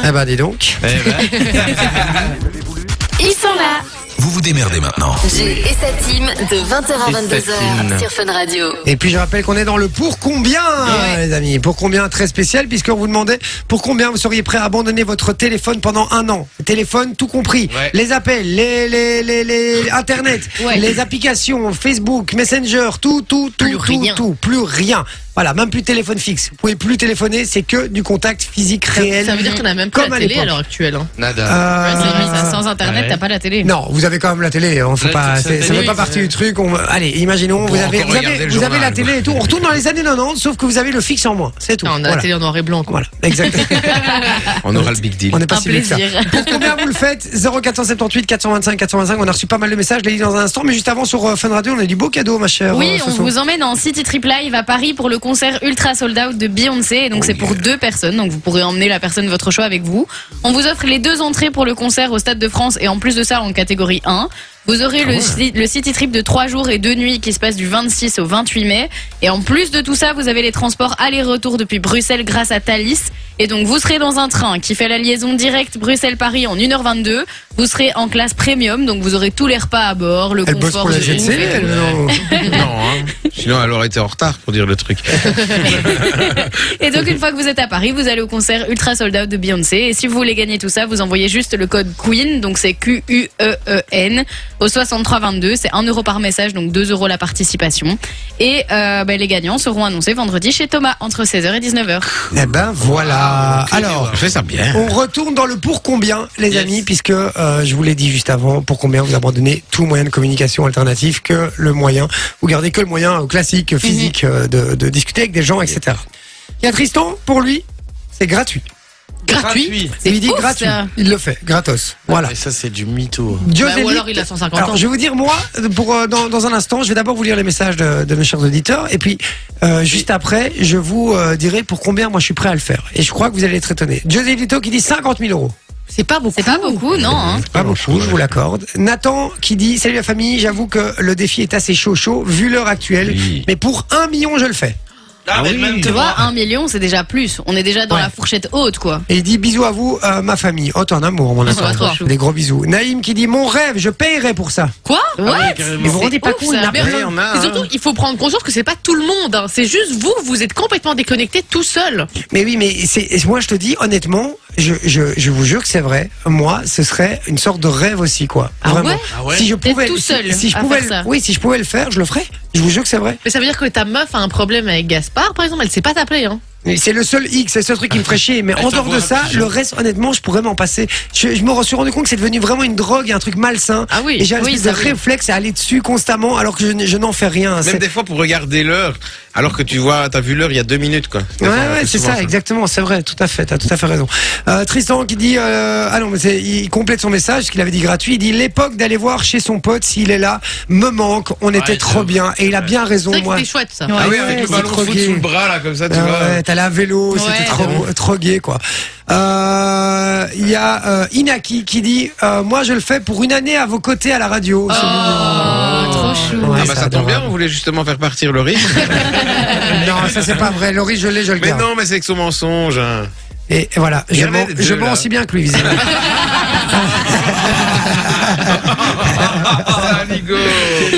F: Eh ben, dis donc.
A: Ils sont là.
B: Vous vous démerdez maintenant.
A: Jay et sa team de 20h à
I: Et sa
A: 22h
I: team.
A: sur Fun Radio.
F: Et puis je rappelle qu'on est dans le pour combien,
D: Eh
F: les amis. Pour combien très spécial, puisqu'on vous demandait pour combien vous seriez prêt à abandonner votre téléphone pendant un an. Téléphone tout compris.
I: Ouais.
F: Les appels, les, les, les, les Internet,
C: Ouais.
F: les applications, Facebook, Messenger, tout, tout, tout,
C: Plus
F: tout,
C: rien.
F: tout. Plus rien. Voilà, même plus de téléphone fixe. Vous pouvez plus téléphoner, c'est que du contact physique réel.
D: Ça veut dire qu'on a même plus
F: Comme
D: la
F: à
D: télé
F: l'époque.
D: à l'heure actuelle. hein.
I: nada
F: Euh,
C: Ouais, c'est vrai, ça, sans internet,
E: Ouais.
C: t'as pas la télé.
F: Non, vous avez quand même la télé. On faut
E: Ouais,
F: pas,
E: c'est-
F: c'est-
E: c'est
F: ça fait
E: oui,
F: pas
E: c'est-
F: partie du truc. On, allez, imaginons, vous
I: pourra
F: avez,
I: encore
F: vous,
I: regarder
F: avez,
I: le
F: vous avez
I: journal,
F: la télé et tout. On retourne dans les années 90, sauf que vous avez le fixe en moins. C'est tout.
D: Non, on a
F: Voilà.
D: la télé en noir et blanc. quoi.
F: Voilà, exactement.
I: on aura le big deal
F: On n'est pas
C: Un
F: si vieux que ça.
C: plaisir.
F: Pour combien vous le faites 0478 425 425. On a reçu pas mal de messages, je les lis dans un instant. Mais juste avant, sur euh, Fun Radio, on a du beau cadeau, ma chère.
C: Oui,
F: euh,
C: on
F: Soso.
C: vous emmène en City Trip Live à Paris pour le concert ultra sold out de Beyoncé. Et
F: Oh
C: donc, c'est pour deux personnes. Donc, vous pourrez emmener la personne de votre choix avec vous. On vous offre les deux entrées pour le concert au Stade de France et en plus de ça, en catégorie 1. Vous
F: Ah
C: aurez le, ci- le city trip de 3 jours et 2 nuits qui se passe du 26 au 28 mai. Et en plus de tout ça, vous avez les transports aller-retour depuis Bruxelles grâce à Thalys. Et donc vous serez dans un train qui fait la liaison directe Bruxelles-Paris en 1h22. Vous serez en classe premium, donc vous aurez tous les repas à bord, le
F: Elle bosse
C: confort
F: pour la
C: de ouf
F: GNC,
C: et
F: elle, non
I: Non, hein. sinon elle aurait été en retard pour dire le truc.
C: Et donc une fois que vous êtes à Paris, vous allez au concert Ultra Sold Out de Beyoncé. Et si vous voulez gagner tout ça, vous envoyez juste le code Queen, donc c'est Q U E E N au 6322. C'est 1 euro par message, donc 2 euros la participation. Et euh, ben, les gagnants seront annoncés vendredi chez Thomas entre 16h et 19h.
F: Eh ben voilà. Alors,
I: Je fais ça bien.
F: On retourne dans le pour combien, les
E: Yes.
F: amis, puisque euh, je vous l'ai dit juste avant, pour combien vous abandonnez tout moyen de communication alternatif que le moyen, vous gardez que le moyen euh,
D: Mhm.
F: classique, physique, euh, de, de discuter avec des gens, etc. Il y a Tristan, pour lui, c'est gratuit.
E: Gratuit.
F: Il dit
C: ouf,
F: gratuit,
C: ça.
F: il le fait, gratos. Voilà.
E: Et ça, c'est du mytho.
D: Bah,
F: Giuseppe-
D: ou alors il a 150
F: alors,
D: ans.
F: je vais vous dire, moi, pour, euh, dans, dans un instant, je vais d'abord vous lire les messages de, de mes chers auditeurs, et puis, euh, juste après, je vous euh, dirai pour combien moi je suis prêt à le faire. Et je crois que vous allez être étonnés. José Lito qui dit 50 000 euros.
D: C'est pas beaucoup.
C: C'est pas beaucoup, non hein.
F: Pas beaucoup, je vous l'accorde. Nathan qui dit Salut la famille, j'avoue que le défi est assez chaud chaud vu l'heure actuelle,
I: Oui.
F: mais pour un million je le fais.
E: Ah, mais même
C: Tu
E: que
C: vois,
E: moi.
C: 1 million, c'est déjà plus. On est déjà dans
F: Ouais.
C: la fourchette haute, quoi.
F: Et il dit bisous à vous, euh, ma famille. Oh t'es un amour mon
C: va, Ah, trop
F: Nathan.
C: chou.
F: Des gros bisous. Naïm qui dit mon rêve, je payerai pour ça.
D: Quoi
C: What
E: carrément.
F: [LAUGHS] Mais vous vous
C: C'est
F: rendez pas
C: Ah ouf,
F: compte
C: ça.
F: la-
D: Mais
I: Ouais, on a, hein.
D: Et surtout, il faut prendre conscience que c'est pas tout le monde. hein. C'est juste vous, vous êtes complètement déconnecté tout seul.
F: Mais oui, mais c'est et moi je te dis honnêtement, je, je, je vous jure que c'est vrai. Moi, ce serait une sorte de rêve aussi quoi.
D: Ah
F: Vraiment.
D: ouais
E: Ah ouais
F: Si je
C: T'es
F: pouvais,
C: tout
F: si-
C: seul
F: si, je
C: à
F: pouvais,
C: faire ça.
F: oui, si je pouvais le faire, je le ferais. Je vous jure que c'est vrai.
D: Mais ça veut dire que ta meuf a un problème avec Gaspard, par exemple, elle sait pas t'appeler. Hein.
F: Mais C'est le seul hic, c'est le seul truc qui me ferait chier. Mais
E: Elle
F: en
E: te
F: dehors de
E: voit
F: ça,
E: afficher.
F: le reste, honnêtement, je pourrais m'en passer. Je, je me suis rendu compte que c'est devenu vraiment une drogue, un truc malsain.
D: Ah oui,
F: Et j'ai un
D: oui,
F: espèce
D: ça
F: de
D: oui.
F: réflexe à aller dessus constamment alors que je, n- je n'en fais rien.
I: Même
F: C'est-
I: des fois pour regarder l'heure, alors que tu vois, t'as vu l'heure il y a deux minutes quoi. Des
F: Ouais,
I: fois, on
F: ouais,
I: fait
F: c'est
I: souvent
F: ça, exactement, c'est vrai, tout à fait, t'as tout à fait raison. Euh, Tristan qui dit, euh, ah non, mais c'est- il complète son message, ce qu'il avait dit gratuit, il dit l'époque d'aller voir chez son pote s'il est là me manque, on était
E: c'est
F: trop
E: vrai.
F: bien, et il a bien raison,
D: C'est vrai que
F: moi.
D: c'était chouette ça.
I: Ah oui,
F: Ouais,
I: avec le
F: c'est
I: ballon de
F: trop
I: foot
F: gay.
I: sous le bras là, comme ça, tu
F: Ah
I: vois.
F: ouais, t'as la vélo, c'était
D: Ouais.
F: trop, trop gay quoi. Euh, Il y a euh, Inaki qui dit euh, Moi je le fais pour une année à vos côtés à la radio. C'est mignon.
C: Trop chou.
F: Ouais,
I: ah
F: c'est
I: bah ça tombe bien,
F: adorable.
I: on voulait justement faire partir le rythme.
F: [LAUGHS] Non, ça c'est pas vrai. Laurie, je l'ai, je le
I: mais
F: garde.
I: non, mais c'est que son mensonge. hein.
F: Et et voilà,
I: Il y
F: je
I: en a
F: mens,
I: des deux,
F: je mens
I: là.
F: aussi bien que
I: [LAUGHS]
F: lui, visiblement.
I: Ah, amigo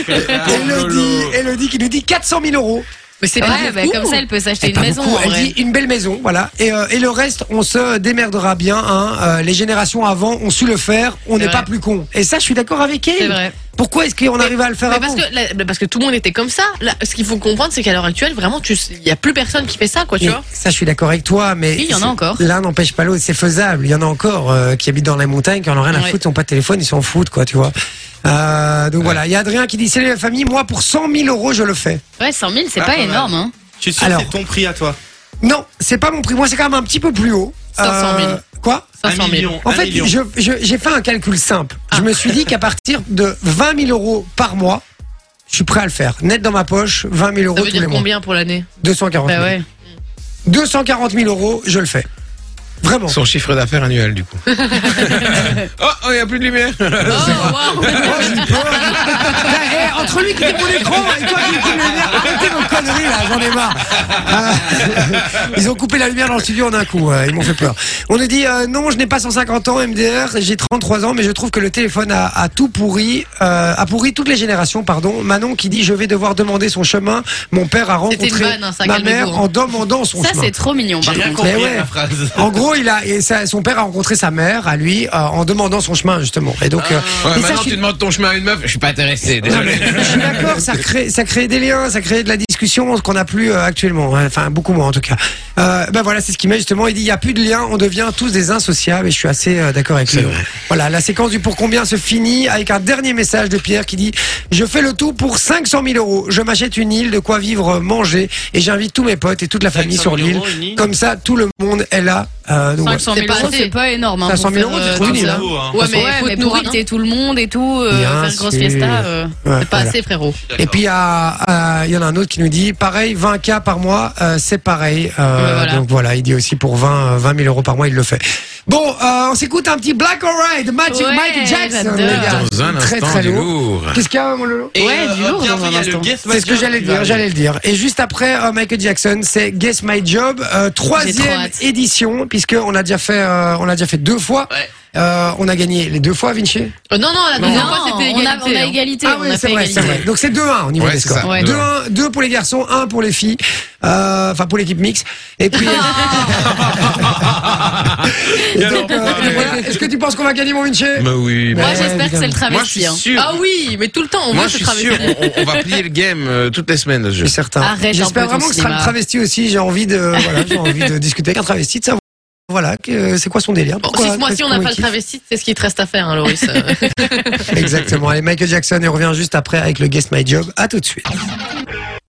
I: Oh,
F: Elodie, Elodie qui nous dit 400 000 euros.
D: Mais c'est pas
C: Ouais, bah,
D: beaucoup.
C: comme ça, elle peut s'acheter
F: C'est
C: une
F: pas
C: maison.
F: beaucoup.
C: en
F: Elle
C: vrai.
F: dit une belle maison, voilà. Et, euh, et le reste, on se démerdera bien. hein. Euh, les générations avant ont su le faire, on n'est
D: vrai.
F: pas plus con. Et ça, je suis d'accord avec elle.
D: C'est vrai.
F: Pourquoi est-ce qu'on arrive à le faire
D: Mais
F: avant
D: parce, que, la- mais parce que tout le monde était comme ça. Là, ce qu'il faut comprendre, c'est qu'à l'heure actuelle, vraiment, tu- il y a plus personne qui fait ça, quoi, tu
F: Mais
D: vois.
F: ça, je suis d'accord avec toi, mais
C: Oui, il y en a
F: c'est-
C: encore.
F: L'un n'empêche pas l'autre, c'est faisable. Il y en a encore euh, qui habitent dans les montagnes, qui en ont rien à
D: Ouais.
F: foutre, ils n'ont pas de téléphone, ils s'en foutent, quoi, tu vois. Euh, donc voilà, il y a Adrien qui dit Salut la famille, moi pour 100 000 euros, je le fais.
C: Ouais, 100 000, c'est
E: Ah,
C: pas
E: pas mal.
C: énorme. Hein.
E: Je suis sûr
F: Alors.
E: que c'est ton prix à toi.
F: Non, c'est pas mon prix, moi c'est quand même un petit peu plus haut. Euh,
D: 500 000.
F: quoi
E: Un
D: 500 000.
E: million.
F: En
E: un
F: fait,
E: million.
F: je- je- j'ai fait un calcul simple.
C: Ah.
F: Je me suis dit qu'à partir de 20 000 euros par mois, je suis prêt à le faire. Net dans ma poche, 20 000
D: Ça
F: euros
D: veut
F: tous les
D: dire
F: mois.
D: combien pour l'année
F: 240
C: Bah
F: 000.
C: ouais.
F: 240 000 euros, je le fais. Vraiment.
I: Son chiffre d'affaires annuel, du
F: [LAUGHS]
I: coup. oh, oh, il n'y a plus de lumière.
D: Oh, waouh
F: Oh, j'ai eu peur. Là, eh, entre lui qui était mon écran et toi qui était lumière, arrêtez vos conneries là, j'en ai marre. Ah, ils ont coupé la lumière dans le studio en un coup, euh, ils m'ont fait peur. On nous dit euh, non, je n'ai pas 150 ans MDR, j'ai 33 ans, mais je trouve que le téléphone a, a tout pourri, euh, a pourri toutes les générations, pardon. Manon qui dit je vais devoir demander son chemin. Mon père a
D: C'était
F: rencontré
D: une vanne, hein, ça,
F: ma
D: calmez-vous,
F: mère
D: hein.
F: en demandant son
C: Ça,
F: chemin.
C: c'est trop mignon,
E: J'ai
C: par
E: rien
C: contre.
E: compris
F: Mais
E: à
F: ouais.
E: la phrase.
F: En gros, il a, et ça- son père a rencontré sa mère à lui euh, en demandant son chemin justement. Et donc, euh,
G: Ah.
F: et ça, je suis-
I: demandes ton chemin à une meuf. Je suis pas intéressé, désolé.
F: je suis d'accord, ça crée, ça crée des liens, ça crée de la discussion, ce qu'on n'a plus euh, actuellement, Ouais, enfin beaucoup moins en tout cas. Euh, ben voilà, c'est ce qu'il met justement. Il dit il n'y a plus de liens, on devient tous des insociables et je suis assez euh, d'accord avec lui. Voilà, la séquence du pour combien se finit avec un dernier message de Pierre qui dit Je fais le tout pour 500 000 euros, je m'achète une île, de quoi vivre, manger et j'invite tous mes potes et toute la famille
E: 500
F: sur
E: 000
F: l'île.
E: euros, une île.
F: Comme ça, tout le monde est là. Euh, donc,
C: 500 000
D: C'est pas
C: euros,
D: assez.
C: c'est pas énorme. Hein,
F: 500 000
C: pour
F: euros,
C: faire,
F: tu
C: euh,
F: trouves,
C: comme
F: là.
C: ça.
E: Beau, hein.
D: Ouais,
C: Ouais,
D: mais faut
C: mais
D: te
C: pour
D: nourrir. hein.
C: inviter tout le monde et tout, euh,
F: Bien
C: faire une grosse
F: sûr.
C: fiesta. euh.
F: voilà. Ouais,
D: C'est pas
F: voilà.
D: assez, frérot.
F: Et puis il y a- euh, il y en a un autre qui nous dit pareil, 20K par mois, euh, c'est pareil. Euh,
D: Ouais, voilà.
F: Donc voilà, il dit aussi pour 20, euh, 20 000 euros par mois, il le fait. Bon, euh, on s'écoute un petit Black Alright, Magic
C: Ouais,
F: Mike Jackson.
C: j'adore.
F: les gars.
G: Dans un
F: très
G: instant,
F: très
G: du
F: lourd.
G: lourd. euh,
F: Qu'est-ce qu'il y a, mon Lolo
E: Et,
C: Ouais, du lourd
E: bientôt,
C: dans un
E: il y a le
C: instant.
E: Guess My
F: C'est ce que
E: Job
F: j'allais
E: qui
F: dire,
E: va
F: j'allais le dire. Et juste après euh, Michael Jackson, c'est Guess My Job, euh,
C: trop
F: troisième
C: hâte.
F: édition, puisque on l'a déjà fait, euh, on l'a déjà fait deux fois.
E: Ouais.
F: Euh, on a gagné les deux fois, Vinci.
D: Euh, non, non, la
C: Non,
D: deuxième fois, c'était
C: on, a, on
D: égalité.
C: a
D: hein.
C: égalité.
F: Ah
C: on
F: oui,
C: a
F: c'est
C: fait
F: vrai, c'est
C: égalité.
F: vrai. Donc c'est 2-1 au niveau
G: Ouais,
F: des
G: c'est
F: scores.
G: ça,
F: 2-1
C: Ouais.
F: deux pour les garçons, 1 pour les filles, euh, enfin pour l'équipe mixte. Et puis. [LAUGHS] Et donc, euh, voilà. Est-ce que tu penses qu'on va gagner, mon Vinci
G: Bah oui.
C: Moi,
F: Ouais,
C: j'espère que c'est le
F: évidemment.
G: Moi, je
C: travesti.
G: suis
C: hein.
G: sûr.
D: Ah oui, mais tout le temps, on
G: Moi,
D: veut
G: je
D: se
G: suis
D: travesti.
G: sûr. On, on va plier le game euh, toutes les semaines, ce jeu.
F: Je suis certain.
C: Arrête un
F: J'espère
C: peu
F: vraiment
C: ton
F: que ce sera
C: cinéma.
F: le travesti aussi. J'ai envie de, voilà, j'ai envie de discuter avec un travesti, de savoir, voilà, que, euh, c'est quoi son délire.
D: Bon,
F: Pourquoi-
D: si ce mois-ci, on n'a
F: comment
D: pas
F: il
D: le travesti, c'est ce qu'il te reste à faire, hein,
F: [LAUGHS]
D: Loris. Euh,
F: kiffe. Exactement. Allez, Michael Jackson, et on revient juste après avec le Guess My Job. À tout de suite.